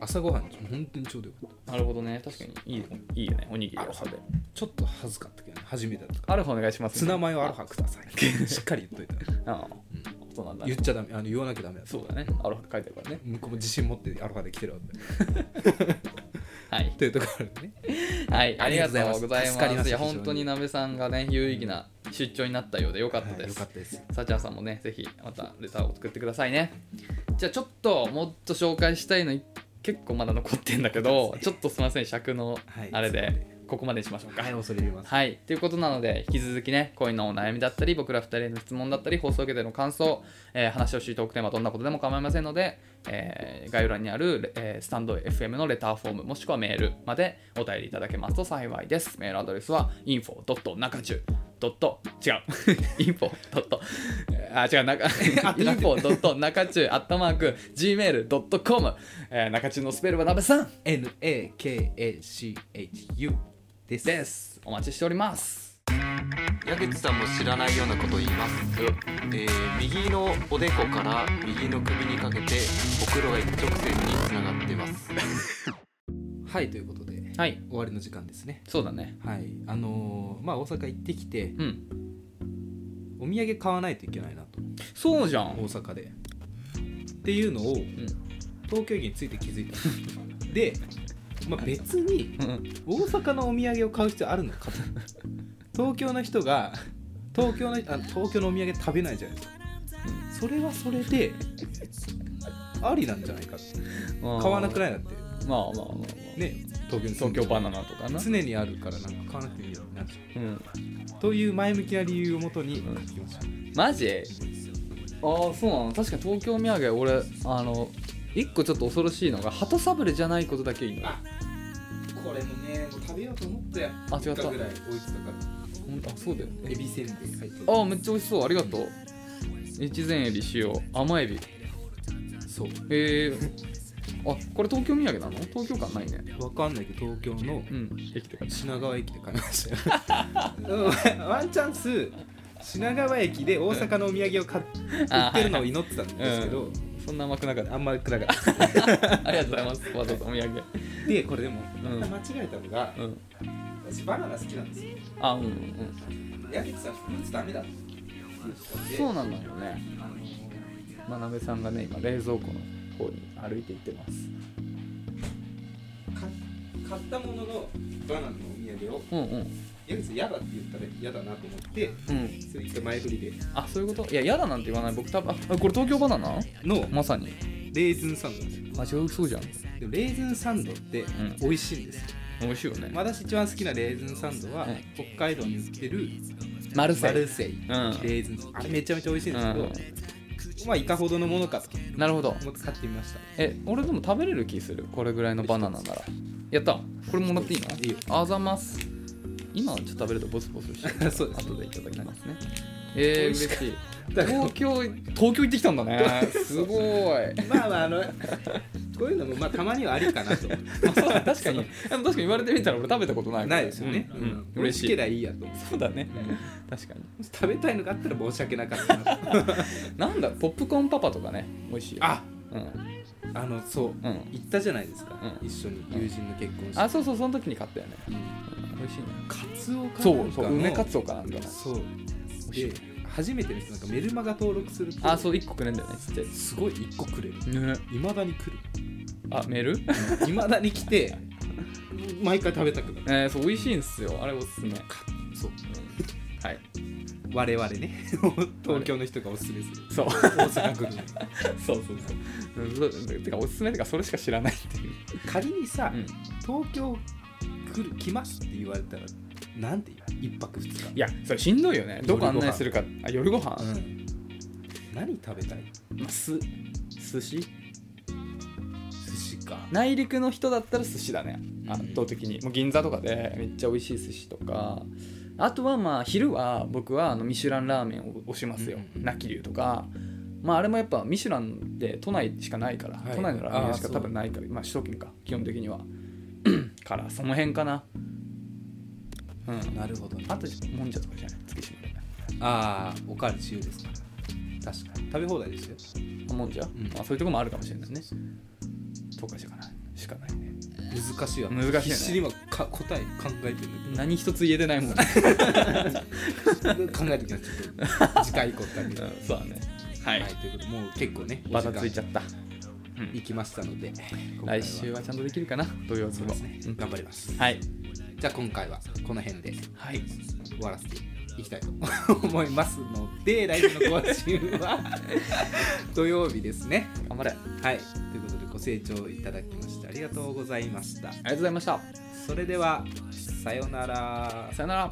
朝ごはんに本当にちょうどよかった
なるほどね確かにいいいいよねおにぎり
アロハでちょっと恥ずかったけどね初めてだったから
アルファお願いします、
ツナマヨアロハくださいしっかり言っ といた
ああそうなんだ
言っちゃダメあの言わなきゃダメだ
そうだねアロハって書いてあるからね
向こうも自信持ってアロハで来てるわけ
はい
というところでね
はい、
あ
あ
り
り
が
が
とう
と
ご
うご
ざ
ざ
い
い
ます助
ます。いや、
かります
本当になべさんがね、有意義な出張になったようでよかった
はい
で
よ
す。
かったです
さちゃんさんもね、ぜひまたレターを作ってくださいね。じゃあ、ちょっともっと紹介したいの、結構まだ残ってんだけど、ちょっとすみません、尺の
はい
あれで、ここまでにしましょうか。
はい恐れ入ります
はい、ということなので引き続きね恋のお悩みだったり僕ら2人への質問だったり放送受けての感想、えー話してほしいトークテーマどんなことでも構いませんので、えー概要欄にある、えースタンド FM のレターフォームもしくはメールまでお便りいただけますと幸いですメールアドレスは info.nakachu ドット違う info. ドットあ違うな info. ドット中中アットマーク gmail ドットコム中中のスペルはなべさん
NAKACHU です
ですお待ちしております。
矢口さんも知らないようなことを言います、えー右のおでこから右の首にかけてお風呂が一直線につながってます
はいということで
はい
終わりの時間ですね
そうだね
はいあのーまあ大阪行ってきて
うん
お土産買わないといけないなと
そうじゃ
大
ん。
阪でっていうのを東京駅について気づいたんですで、まあ、別に
うん。
大阪のお土産を買う必要あるのかと東京の人が東京のあ東京のお土産食べないじゃないですかそれはそれでありなんじゃないかって買わなく
い
ないなって
まあまあまあ、まあね。
ね東京に住ん
東
で
京バナナとかな。
常にあるからなんか買わなくていいようになっちゃ
うん。
うという前向きな理由をもとに
うん
書きました、
マジああ、そうなの。確かに東京土産、俺、あの、一個ちょっと恐ろしいのが、鳩サブレじゃないことだけいいの。
あこれもねもう食べようと思ったよ
あ違った
3日ぐらい置いてたか
ほんとあ、そうだよ
ら
ね。
エビせんべい入って
ああ、めっちゃ美味しそう。ありがとう。越前エビ塩、甘エビ。
そう
えー。あ、これ東京土産なの東京感ないね。
わかんないけど東京の
うん。駅とか。
品川駅で買いましたよ うんワンチャンス品川駅で大阪のお土産を買っ売ってるのを祈ってたんですけど、
そんな甘くなかった。
あんまり暗かった
ありがとうございます。わざわざお土産。
でこれでも、
うん
また間違えたのが
うん。
私バナナ好きなんですよ
あ、うんうん。
矢口さんフルーツダメだって
そうなんだよね。まなべさんがね、今冷蔵庫の方に歩いて行ってます。
か買ったもののバナナのお土産を
うんうん。
矢口さん嫌だって言ったら嫌だなと思って
うん。
それ一回前振りで
あ、そういうこといや、嫌だなんて言わない。僕多分、あ、これ東京バナナ
の
まさに。
レーズンサンドなんですよ
味がそうじゃん。
でもレーズンサンドって
ん
美味しいんですよ、
美味しいよね。
私一番好きなレーズンサンドは
はい
北海道に売ってる
マル
マ
セ
ル
イ。
セイ、
うん
レーズンあれめちゃめちゃ美味しいんですけど、まあいかほどのものかと
なるほど。
思って買ってみました
え、俺でも食べれる気する。これぐらいのバナナなら。やった。これもらっていいの
いいよ
あざます。今はちょっと食べるとボスボスして
そうです
後でいただきますね。えー、嬉しい。
だから
東京、東京行ってきたんだね。すごい。
まあまああのこういうのもまあたまにはありかなと思って
あそうだ確かに確かに言われてみたら俺食べたことない
ないですよね、
う
うんん
うん嬉し
美味しけ
い
りゃいいやと思って
そうだね確かに
もし食べたいのがあったら申し訳なかった なと
なんだポップコーンパパとかね美味しいよ
あ
うん
あのそう、
うん
行ったじゃないですか、
うん
一緒に友人の結婚式、
あそうそうその時に買ったよね
うん
美味しいね
カツオかなんか
そうそう
の
梅カツオかなんか
そうであ初めての人なんかメルマガ登録すると
あそう1個くれんだよねちっちゃい
すごい1個くれる
やつね
いまだに 来る
あメール
いまだに来て毎回食べたくなる
えー、そう美味しいんすよあれおすすめは
そう
い
我々 ね東京の人がおすすめする
そう
大阪軍
そうそうそうそうてかおすすめとかそれしか知らないっていう、
仮にさ、
うん、
東京来る来ますって言われたらなんて言う一泊二日
いやそれしんどいよねどこ案内するかあ夜ご飯、
うん何食べたい
まあす寿司
寿司か
内陸の人だったら寿司だね
うん
圧倒的にもう銀座とかでめっちゃ美味しい寿司とかあとはまあ昼は僕はあのミシュランラーメンを推しますよ
うん
なきりゅうとかまああれもやっぱミシュランって都内しかないから、
はい
都内のラーメンしか
あー
多分ないからまあ首都圏か基本的には からその辺かなうん
なるほど、ね、
あともんじゃとかじゃない月島で
ああおかわり自由ですから確かに食べ放題ですよ
あもんじゃ、
ん
まあ、そういうとこもあるかもしれないねとかしかないしかないね
難しいわ
難しいね
必死に今か答え考えてるん
何一つ言えてないもんね
だけど考えてきなちょっと次回行こうって感じで
うんそうだねは
はい、ということでもう結構ね
バタついちゃ
っ
った、
行きましたので今回は
来週はちゃんとできるかな土曜
そう
つぼ
ですね頑張ります
はい
じゃあ今回はこの辺で
はい
終わらせていきたいと思いますので来週の更新は土曜日ですね
頑張れあり
はいということでご清聴いただきましてありがとうございました
がとうございました
それではさようなら
さよなら